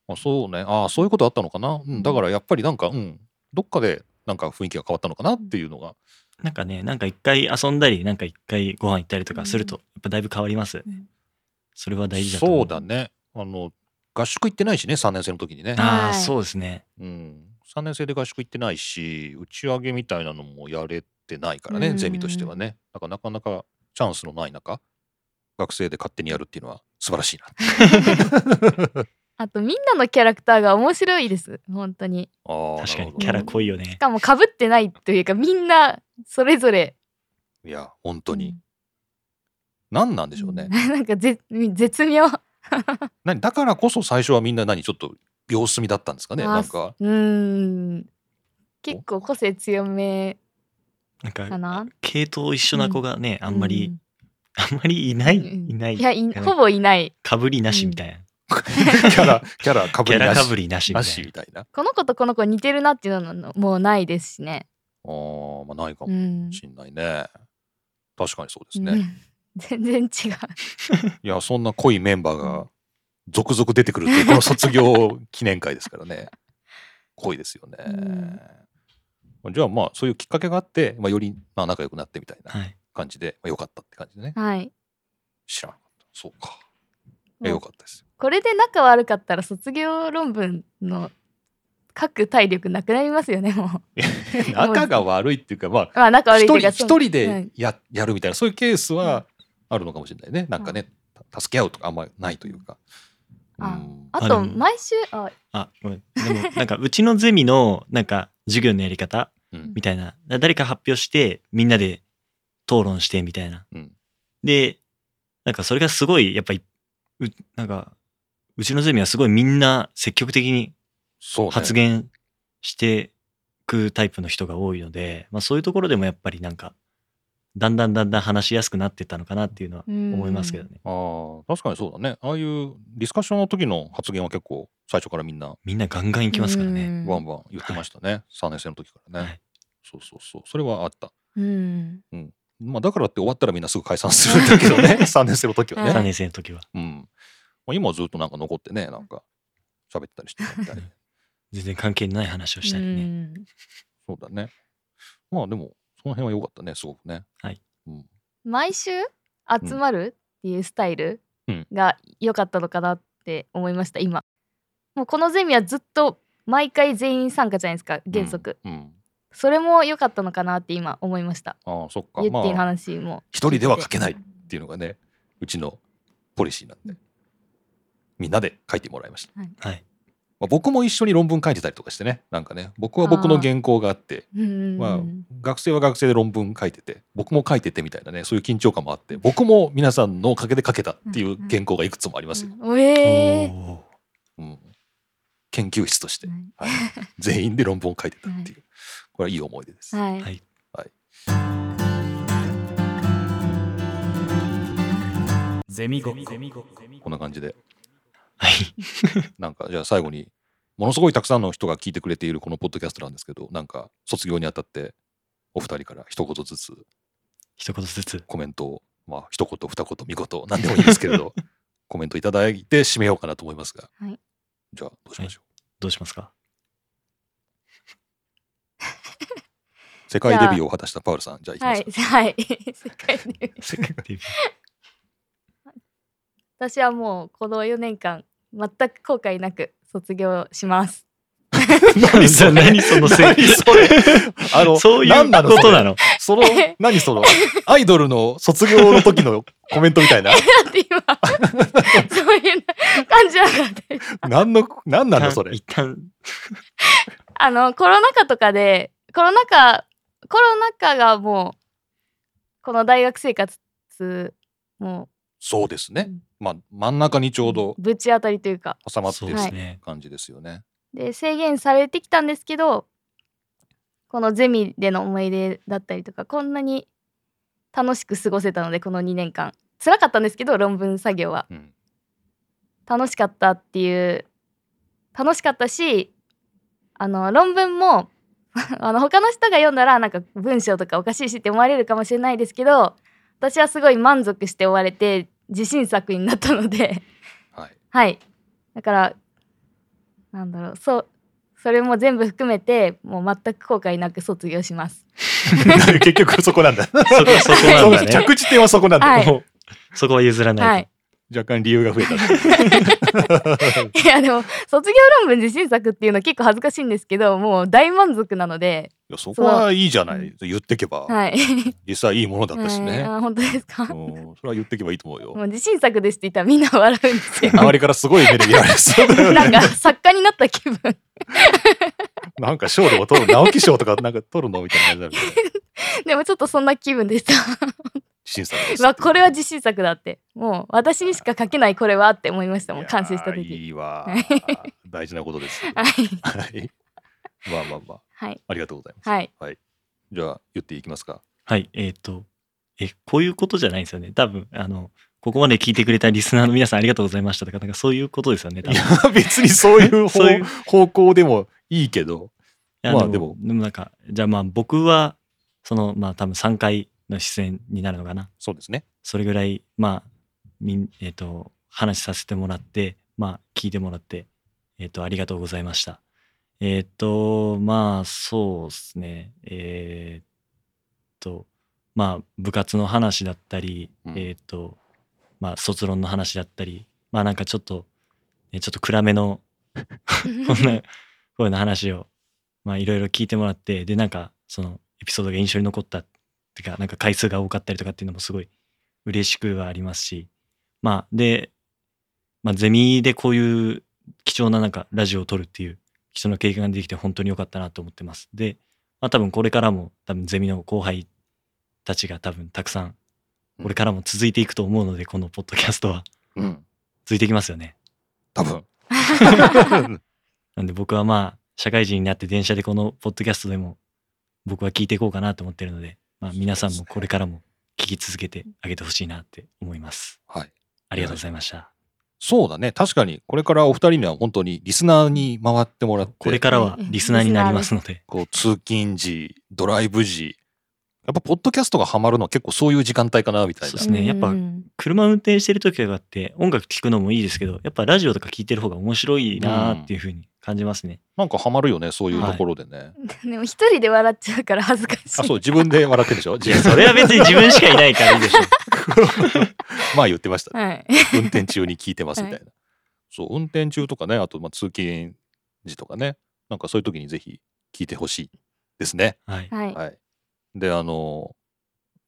Speaker 1: あそうねああそういうことあったのかな、うん、だからやっぱりなんかうんどっかでなんか雰囲気が変わったのかなっていうのが
Speaker 3: なんかね、なんか一回遊んだり、なんか一回ご飯行ったりとかすると、
Speaker 2: う
Speaker 3: やっぱだいぶ変わりますよね。
Speaker 2: うん
Speaker 3: それは大事だと思
Speaker 1: そうだねあの合宿行ってないしね3年生の時にね、
Speaker 3: あ
Speaker 2: は
Speaker 3: あ、
Speaker 2: い
Speaker 3: そうですね。
Speaker 1: うん、3年生で合宿行ってないし打ち上げみたいなのもやれてないからね、
Speaker 2: うん
Speaker 1: ゼミとしてはねだからなかなかチャンスのない中学生で勝手にやるっていうのは素晴らしいな
Speaker 2: あとみんなのキャラクターが面白いです本当に
Speaker 1: あー
Speaker 3: 確か
Speaker 1: なる
Speaker 3: に
Speaker 1: ほど
Speaker 3: キャラ濃いよね
Speaker 2: し。かもかぶってないというかみんなそれぞれ
Speaker 1: いや本当に、何なんでしょうね、
Speaker 2: なん かぜ絶妙
Speaker 1: 何だからこそ最初はみんな何ちょっと様子見だったんですかね
Speaker 2: あー
Speaker 1: なんか
Speaker 2: うーん結構個性強め
Speaker 3: なん
Speaker 2: か
Speaker 3: か、
Speaker 2: な
Speaker 3: 系統一緒な子がね、あんまり、
Speaker 2: うん
Speaker 3: あんまりいない、
Speaker 2: うん
Speaker 3: いない。
Speaker 2: いやい
Speaker 3: なん
Speaker 2: ほ
Speaker 3: か
Speaker 2: ぼいない
Speaker 3: かぶりなしみたいな。
Speaker 1: キャラキャラかぶ
Speaker 3: キ
Speaker 1: り
Speaker 3: ャラ
Speaker 1: な
Speaker 3: か
Speaker 1: し
Speaker 3: ぶりなしみ
Speaker 1: な
Speaker 3: た
Speaker 1: し
Speaker 3: いな
Speaker 1: み。たいな
Speaker 2: この子とこの子似てるなっていうのはもうないですしね。
Speaker 1: あー、まあ、ないか
Speaker 2: う
Speaker 1: も
Speaker 2: ん、
Speaker 1: しんないね、確かにそうですね、
Speaker 2: う
Speaker 1: い
Speaker 2: ん 全然違う。
Speaker 1: やそんな濃いメンバーが続々出てくるっていうこの卒業記念会ですから ね濃いですよね、じゃあまあそういうきっかけがあって、まあ、よりまあ仲良くなってみたいな
Speaker 3: はい。
Speaker 1: 感じで、まあ、よかったって感じでね。
Speaker 2: はい
Speaker 1: 知らなかった。そうか。
Speaker 2: も
Speaker 1: え
Speaker 2: う
Speaker 1: よかったですよ。
Speaker 2: これで仲悪かったら卒業論文の書く体力なくなりますよねもう
Speaker 1: 仲が悪いっていうか、まあ、
Speaker 2: まあ仲悪い
Speaker 1: 一
Speaker 2: という
Speaker 1: 人
Speaker 2: か
Speaker 1: 一
Speaker 2: そう
Speaker 1: 人
Speaker 2: は
Speaker 1: で
Speaker 2: い
Speaker 1: ややるみたいなそういうケースはあるのかもしれないねなんかね、た助け合うとかあんまりないというか。
Speaker 2: あ
Speaker 1: うん
Speaker 2: あ
Speaker 3: あ
Speaker 2: と
Speaker 3: でも
Speaker 2: 毎週あ
Speaker 3: あ、ごめん。でも、なんか、うちのゼミの、なんか、授業のやり方
Speaker 1: うん
Speaker 3: みたいな。誰か発表して、みんなで討論して、みたいな。
Speaker 1: うん
Speaker 3: で、なんか、それがすごい、やっぱり、う、なんか、うちのゼミはすごいみんな積極的に
Speaker 1: そうね
Speaker 3: 発言してくタイプの人が多いので、まあ、そういうところでもやっぱりなんか、だんだんだんだん話しやすくなってったのかなっていうのは思
Speaker 2: 思
Speaker 3: いますけどね。
Speaker 1: あー確かにそうだねああいうディスカッションの時の発言は結構最初からみんな
Speaker 3: みんなガンガン行きますからね。
Speaker 1: ワンワン言ってましたね、3年生の時からね、
Speaker 3: はい
Speaker 1: そうそうそうそれはあった、
Speaker 2: うん
Speaker 1: まあ、だからって終わったらみんなすぐ解散するんだけどね3年生の時はね、
Speaker 2: はい
Speaker 3: 3年生の時は。
Speaker 1: うんまあ、今はずっとなんか残ってねなんか喋ってたりしてたみたいで
Speaker 3: 全然関係ない話をしたりね。
Speaker 1: そうだね。まあでも、その辺は良かったね、すごくね。
Speaker 3: はい。
Speaker 1: うん、
Speaker 2: うん毎週集まるっていうスタイル
Speaker 1: うん
Speaker 2: が良かったのかなって思いました今もうこのゼミはずっと毎回全員参加じゃないですか原則、
Speaker 1: うん。うん
Speaker 2: それも良かったのかなって今思いました
Speaker 1: ああ、そっか。
Speaker 2: ゆって
Speaker 1: ま
Speaker 2: ぃの
Speaker 1: あ、
Speaker 2: 話も
Speaker 1: 一人では書けないっていうのがね、うちのポリシーなんで、みんなで書いてもらいました。
Speaker 3: はい。
Speaker 1: まあ、僕も一緒に論文書いてたりとかしてね、なんかね、僕は僕の原稿があって、
Speaker 2: うん
Speaker 1: まあ学生は学生で論文書いてて、僕も書いててみたいなね、そういう緊張感もあって、僕も皆さんのおかげで書けたっていう原稿がいくつもありますよ。
Speaker 2: うんええ
Speaker 3: おー
Speaker 1: うん、研究室として、 はい、全員で論文を書いてたっていう、これはいい思い出です。
Speaker 2: はい、
Speaker 3: はい
Speaker 5: ゼミごっこ
Speaker 1: こんな感じで、
Speaker 3: はい。
Speaker 1: なんかじゃあ最後に、ものすごいたくさんの人が聞いてくれているこのポッドキャストなんですけど、なんか卒業にあたって、お二人から一言ずつ
Speaker 3: 一言ずつ。
Speaker 1: コメントを、まあ一言、二言、三言、何でもいいですけれ ど、コメントいただいて締めようかなと思いますが、
Speaker 2: はい
Speaker 1: じゃあどうしましょ
Speaker 3: どうしますか
Speaker 1: う。世界デビューを果たしたパウルさん、じゃあ行きま
Speaker 2: は
Speaker 1: しょ。
Speaker 2: いうはい、 世界で
Speaker 1: 世界
Speaker 3: デビュー
Speaker 2: 私はもうこの4年間全く後悔なく卒業します
Speaker 1: 何それ
Speaker 3: 何そのせい
Speaker 1: 何それあの
Speaker 3: そうい
Speaker 1: 何
Speaker 3: う
Speaker 1: なの
Speaker 3: ことなの
Speaker 1: その、何その、アイドルの卒業の時のコメントみたいな。
Speaker 2: だって今そういう感じなかったです
Speaker 1: 何の、何なん だそれ
Speaker 3: 一。旦、
Speaker 2: あのコロナ禍とかでコロナ禍コロナ禍がもうこの大学生活も
Speaker 1: そうです
Speaker 2: う
Speaker 1: ね。まあ、真ん中にちょうど
Speaker 2: ぶち当たりというか
Speaker 1: 収まって
Speaker 3: そう
Speaker 1: る
Speaker 3: ですね。
Speaker 1: 感じですよね。
Speaker 2: で制限されてきたんですけどこのゼミでの思い出だったりとかこんなに楽しく過ごせたのでこの2年間辛かったんですけど論文作業は
Speaker 1: うん。
Speaker 2: 楽しかったっていう楽しかったしあの論文も あの他の人が読んだらなんか文章とかおかしいしって思われるかもしれないですけど私はすごい満足して終われて自信作になったので。
Speaker 1: はい。
Speaker 2: はい。だから、なんだろう、そう、それも全部含めて、もう全く後悔なく卒業します。
Speaker 1: 結局そこなんだ。
Speaker 3: そこ、そこなんだ
Speaker 1: そう
Speaker 3: ね。
Speaker 1: 着地点はそこなんだ。
Speaker 2: はい
Speaker 1: も
Speaker 3: そこは譲ら
Speaker 2: は
Speaker 3: ないい。。
Speaker 1: う 若干理由が増えたっていう。
Speaker 2: いや、でも、卒業論文自信作っていうの結構恥ずかしいんですけど、もう大満足なので、
Speaker 1: いやそこはいいじゃな
Speaker 2: そ
Speaker 1: い。言ってけば、
Speaker 2: はい。
Speaker 1: 実際いいものだったし
Speaker 2: はい
Speaker 1: ね。
Speaker 2: あ本当ですか。も
Speaker 1: うんそれは言ってけばいいと思うよ。
Speaker 2: う自信作ですって言ったらみんな笑うんですよ。
Speaker 1: 周りからすごい目で見られそうだよ
Speaker 2: なん
Speaker 1: ね
Speaker 2: か。作家になった気分
Speaker 1: なんか賞でも取る、直木賞とかなんか取るのみたいな感じにな るよね。
Speaker 2: でもちょっとそんな気分でした
Speaker 1: 審査です
Speaker 2: わこれは自信作だってもう私にしか書けないこれはって思いましたも
Speaker 1: い
Speaker 2: ん
Speaker 1: やー
Speaker 2: 完成した時
Speaker 1: いいわ
Speaker 2: はい
Speaker 1: ー。大事なことです。
Speaker 2: はい
Speaker 1: はい。まあまあまあ、
Speaker 2: はい
Speaker 1: ありがとうございます。
Speaker 2: はい
Speaker 1: じゃあ、言っていきますか。
Speaker 3: はい。えっと、え、こういうことじゃないんですよね。多分、あの、ここまで聞いてくれたリスナーの皆さんありがとうございましたとか、なんかそういうことですよね。多
Speaker 1: い
Speaker 3: 分
Speaker 1: や、別にそう いう方
Speaker 3: そういう
Speaker 1: 方向でもいいけど。
Speaker 3: いや
Speaker 1: まあ
Speaker 3: でも
Speaker 1: で、
Speaker 3: でもなんか、じゃあまあ僕は、その、まあ多分3回の出演になるのかな。
Speaker 1: そうですね。
Speaker 3: それぐらい、まあ、みん、えっ、と、話させてもらって、まあ、聞いてもらって、えっ、と、ありがとうございました。えっ、と、まあ、そうですね。えっ、と、まあ、部活の話だったり、
Speaker 1: うん
Speaker 3: えっ、と、まあ、卒論の話だったり、まあ、なんかちょっと、ねちょっと暗めの、 こんな、こういうの話を、まあ、いろいろ聞いてもらって、で、なんか、その、エピソードが印象に残ったっていうか、なんか回数が多かったりとかっていうのもすごい嬉しくはありますし、まあ、で、まあ、ゼミでこういう貴重ななんかラジオを撮るっていう貴重な経験ができて本当に良かったなと思ってます。で、まあ多分これからも多分ゼミの後輩たちが多分たくさんこれからも続いていくと思うので、このポッドキャストは
Speaker 1: うん。
Speaker 3: 続いていきますよね。
Speaker 1: 多分。
Speaker 3: なんで僕はまあ社会人になって電車でこのポッドキャストでも僕は聞いていこうかなと思ってるので、まあ皆さんもこれからも聞き続けてあげてほしいなって思います。
Speaker 1: はい。
Speaker 3: ありがとうございました。
Speaker 1: そうだね。確かに、これからお二人には本当にリスナーに回ってもらって、
Speaker 3: これからはリスナーになりますので、
Speaker 1: こう通勤時、ドライブ時、やっぱポッドキャストがハマるのは結構そういう時間帯かなみたい
Speaker 3: そう
Speaker 1: な
Speaker 3: で。すねやっぱ
Speaker 2: うん
Speaker 3: 車運転してる時とかって音楽聴くのもいいですけどやっぱラジオとか聴いてる方が面白いなーっていう風に感じますね、
Speaker 1: なんかハマるよね、そういうところでね。
Speaker 2: でも一人で笑っちゃうから恥ずかしい。
Speaker 1: あ、そう、自分で笑ってるでしょ自
Speaker 3: いや
Speaker 1: 分
Speaker 3: それは別に自分しかいないからいいでしょ
Speaker 1: まあ言ってましたね。
Speaker 2: はい。
Speaker 1: 運転中に聞いてますみたいな。そう、運転中とかね、あとまあ通勤時とかね、なんかそういう時にぜひ聞いてほしいですね。
Speaker 3: はい
Speaker 2: はい。
Speaker 1: はい。で、あの、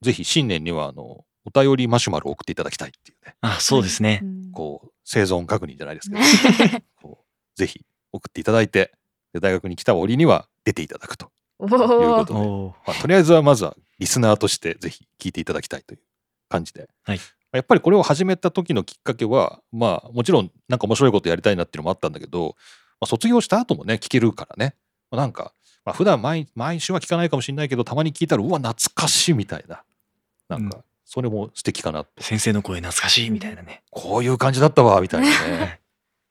Speaker 1: ぜひ新年には、あの、お便りマシュマロを送っていただきたいっていうね、
Speaker 3: あそうですね
Speaker 2: うん
Speaker 1: こう、生存確認じゃないですけど、こうぜひ送っていただいて、で大学に来た折には出ていただくと。
Speaker 2: お
Speaker 1: というこ
Speaker 2: お
Speaker 1: と。
Speaker 3: お
Speaker 1: で
Speaker 3: おー
Speaker 1: まあ、とりあえずはまずはリスナーとしてぜひ聞いていただきたいという感じで、
Speaker 3: はい
Speaker 1: やっぱりこれを始めた時のきっかけはまあもちろんなんか面白いことやりたいなっていうのもあったんだけど、まあ、卒業した後もね聞けるからね、まあ、なんか、まあ、普段毎毎週は聞かないかもしれないけどたまに聞いたらうわ懐かしいみたいななんかそれも素敵かなと、
Speaker 3: 先生の声懐かしいみたいなね
Speaker 1: こういう感じだったわみたいな ね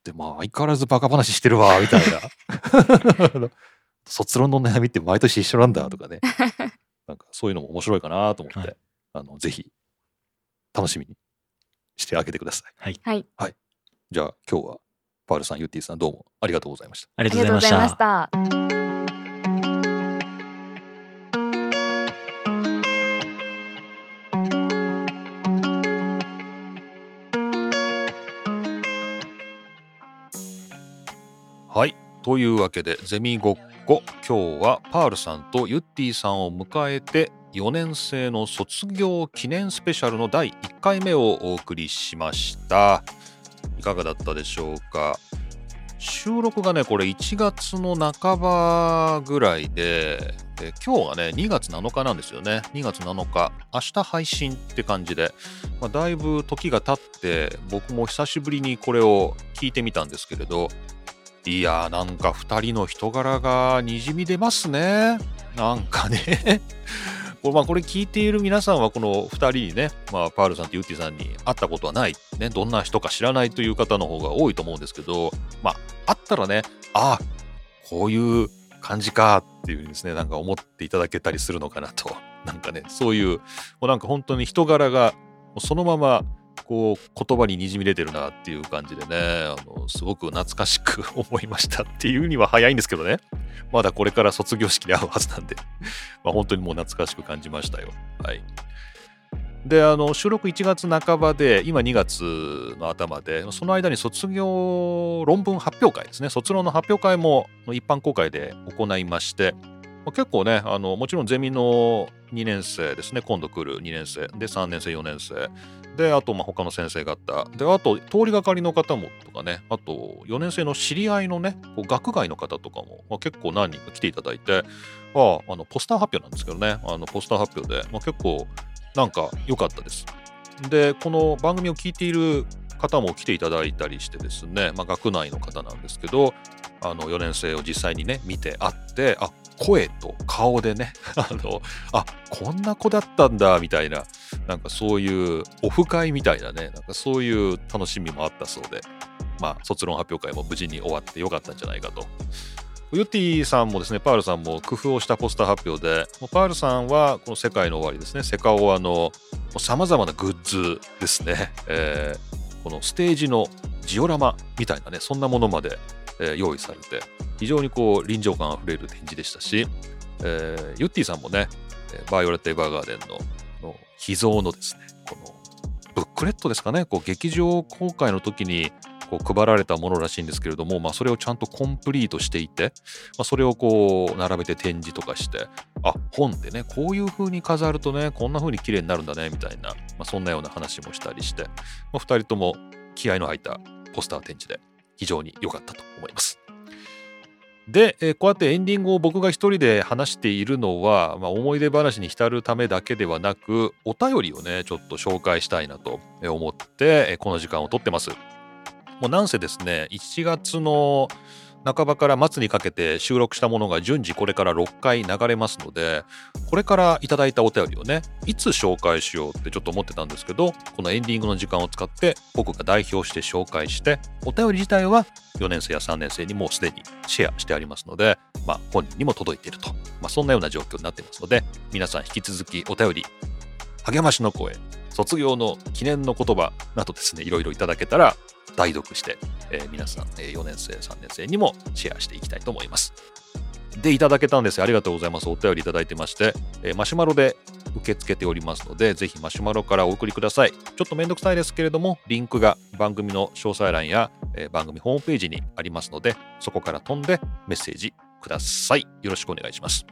Speaker 1: でまあ相変わらずバカ話してるわみたいな卒論の悩みって毎年一緒なんだとかねなんかそういうのも面白いかなと思って、
Speaker 3: はい
Speaker 1: あのぜひ楽しみにしてあげてください。
Speaker 3: はい
Speaker 2: はい
Speaker 1: じゃあ今日はパールさん、ユッティさんどうもありがとうございました。
Speaker 3: あ
Speaker 2: あ
Speaker 3: りが
Speaker 2: り
Speaker 3: と
Speaker 2: が
Speaker 3: う
Speaker 2: とう
Speaker 3: ご
Speaker 2: ご
Speaker 3: ざ
Speaker 2: ざい
Speaker 3: いま
Speaker 2: まし
Speaker 3: し
Speaker 2: たた。
Speaker 1: はい。というわけで、ゼミごっこ、今日はパールさんとユッティさんを迎えて、4年生の卒業記念スペシャルの第1回目をお送りしました。いかがだったでしょうか。収録がね、これ1月の半ばぐらいで、で今日がね、2月7日なんですよね。2月7日、明日配信って感じで、まあ、だいぶ時が経って、僕も久しぶりにこれを聞いてみたんですけれど、いやーなんか2人の人柄がにじみ出ますね。なんかね これまあこれ聞いている皆さんはこの2人にね、まあ、パールさんとユッティさんに会ったことはない、ね、どんな人か知らないという方の方が多いと思うんですけど、まあ、会ったらねああこういう感じかっていうふうにですねなんか思っていただけたりするのかなとなんかねそういうもうなんか本当に人柄がもうそのままこう言葉ににじみ出てるなっていう感じでねあのすごく懐かしく思いましたっていうには早いんですけどねまだこれから卒業式で会うはずなんで まあ本当にもう懐かしく感じましたよはいであの収録1月半ばで今2月の頭でその間に卒業論文発表会ですね卒論の発表会も一般公開で行いましてまあ結構ねあのもちろんゼミの2年生ですね今度来る2年生で3年生4年生であとまあ他の先生方であと通りがかりの方もとかねあと4年生の知り合いのねこう学外の方とかも、まあ、結構何人か来ていただいて、まあ、あのポスター発表なんですけどねあのポスター発表で、まあ、結構なんか良かったです。でこの番組を聞いている方も来ていただいたりしてですね、まあ、学内の方なんですけどあの4年生を実際にね見て会ってあ声と顔でね あのあこんな子だったんだみたいななんかそういうオフ会みたいなね、なんかそういう楽しみもあったそうで、まあ、卒論発表会も無事に終わってよかったんじゃないかと。ユッティさんもですね、パールさんも工夫をしたポスター発表で、もうパールさんはこの世界の終わりですね、セカオアのさまざまなグッズですね、えーこのステージのジオラマみたいなね、そんなものまで、えー用意されて、非常にこう臨場感あふれる展示でしたし、えーユッティさんもね、えーバイオレット・エヴァーガーデンの秘蔵のですねこのブックレットですかねこう劇場公開の時にこう配られたものらしいんですけれども、まあ、それをちゃんとコンプリートしていて、まあ、それをこう並べて展示とかしてあ本ってねこういう風に飾るとねこんな風に綺麗になるんだねみたいな、まあ、そんなような話もしたりして、まあ、2人とも気合の入ったポスター展示で非常に良かったと思います。で、えーこうやってエンディングを僕が一人で話しているのは、まあ、思い出話に浸るためだけではなくお便りをねちょっと紹介したいなとえー思ってえーこの時間をとってます。もうなんせですね1月の半ばから末にかけて収録したものが順次これから6回流れますのでこれからいただいたお便りをねいつ紹介しようってちょっと思ってたんですけどこのエンディングの時間を使って僕が代表して紹介してお便り自体は4年生や3年生にもうすでにシェアしてありますので、まあ、本人にも届いていると、まあ、そんなような状況になってますので皆さん引き続きお便り励ましの声卒業の記念の言葉などですねいろいろいただけたら代読して、えー皆さん、え4年生3年生にもシェアしていきたいと思います。でいただけたんですよありがとうございますお便りいただいてまして、えーマシュマロで受け付けておりますのでぜひマシュマロからお送りくださいちょっとめんどくさいですけれどもリンクが番組の詳細欄や、えー番組ホームページにありますのでそこから飛んでメッセージくださいよろしくお願いします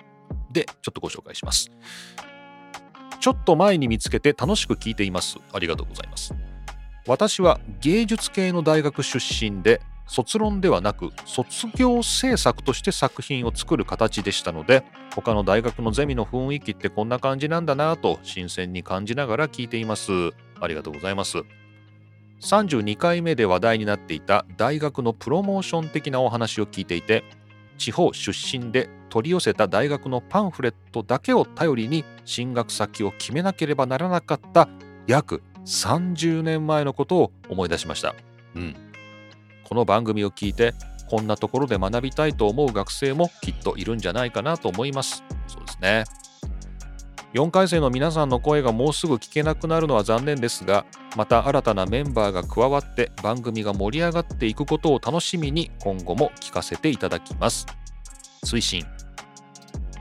Speaker 1: でちょっとご紹介しますちょっと前に見つけて楽しく聞いていますありがとうございます私は芸術系の大学出身で卒論ではなく卒業制作として作品を作る形でしたので他の大学のゼミの雰囲気ってこんな感じなんだなぁと新鮮に感じながら聞いていますありがとうございます32回目で話題になっていた大学のプロモーション的なお話を聞いていて地方出身で取り寄せた大学のパンフレットだけを頼りに進学先を決めなければならなかった約30年前のことを思い出しました、うん、この番組を聞いてこんなところで学びたいと思う学生もきっといるんじゃないかなと思いますそうですね4回生の皆さんの声がもうすぐ聞けなくなるのは残念ですがまた新たなメンバーが加わって番組が盛り上がっていくことを楽しみに今後も聞かせていただきます推進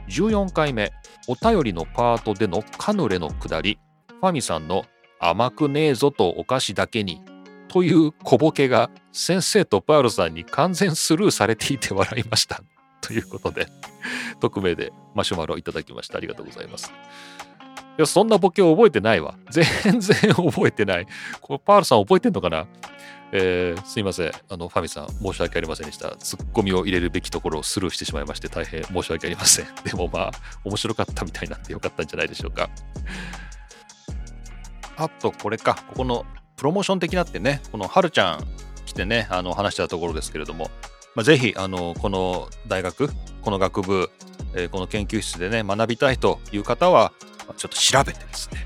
Speaker 1: 14回目お便りのパートでのカヌレのくだりファミさんの「甘くねえぞとお菓子だけに」という小ボケが先生とパールさんに完全スルーされていて笑いました。ということで匿名でマシュマロいただきましたありがとうございます。いやそんなボケを覚えてないわ全然覚えてないこれパールさん覚えてんのかなえーすいませんあのファミさん申し訳ありませんでしたツッコミを入れるべきところをスルーしてしまいまして大変申し訳ありません でもまあ面白かったみたいなんでよかったんじゃないでしょうかあとこれかここのプロモーション的なってねこのはるちゃん来てねあの話したところですけれども、まあ、ぜひあのこの大学この学部、えーこの研究室でね学びたいという方はまあちょっと調べてですね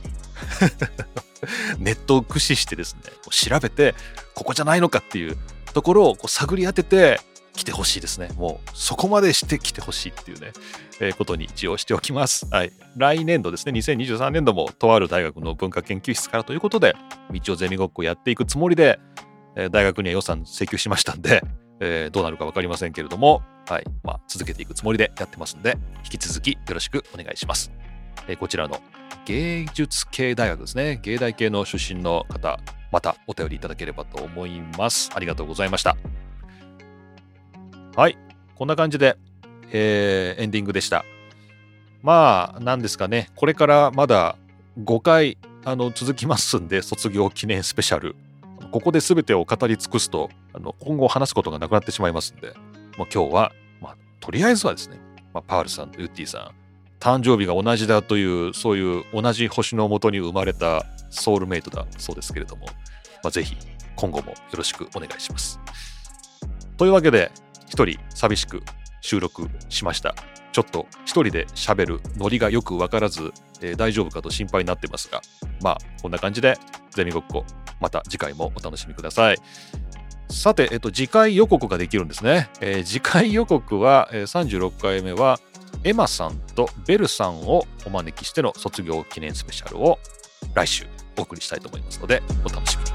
Speaker 1: ネットを駆使してですねこう調べてここじゃないのかっていうところをこう探り当てて来てほしいですねもうそこまでして来てほしいっていうね、えーことに一応しておきます、はい、来年度ですね2023年度もとある大学の文化研究室からということで道をゼミごっこやっていくつもりで、えー大学には予算請求しましたんで、えーどうなるか分かりませんけれども、はいまあ、続けていくつもりでやってますんで引き続きよろしくお願いします、えーこちらの芸術系大学ですね芸大系の出身の方またお便りいただければと思いますありがとうございましたはいこんな感じで、えーエンディングでしたまあ何ですかねこれからまだ5回あの続きますんで卒業記念スペシャルここで全てを語り尽くすとあの今後話すことがなくなってしまいますんでもう今日は、まあ、とりあえずはですね、まあ、パールさんとユッティさん誕生日が同じだというそういう同じ星のもとに生まれたソウルメイトだそうですけれども、まあ、ぜひ今後もよろしくお願いします。というわけで一人寂しく収録しました。ちょっと一人で喋るノリがよくわからず、えー大丈夫かと心配になってますがまあこんな感じでゼミごっこまた次回もお楽しみください。さて、えっと、次回予告ができるんですね。えー次回予告は、えー36回目はエマさんとベルさんをお招きしての卒業記念スペシャルを来週お送りしたいと思いますのでお楽しみに。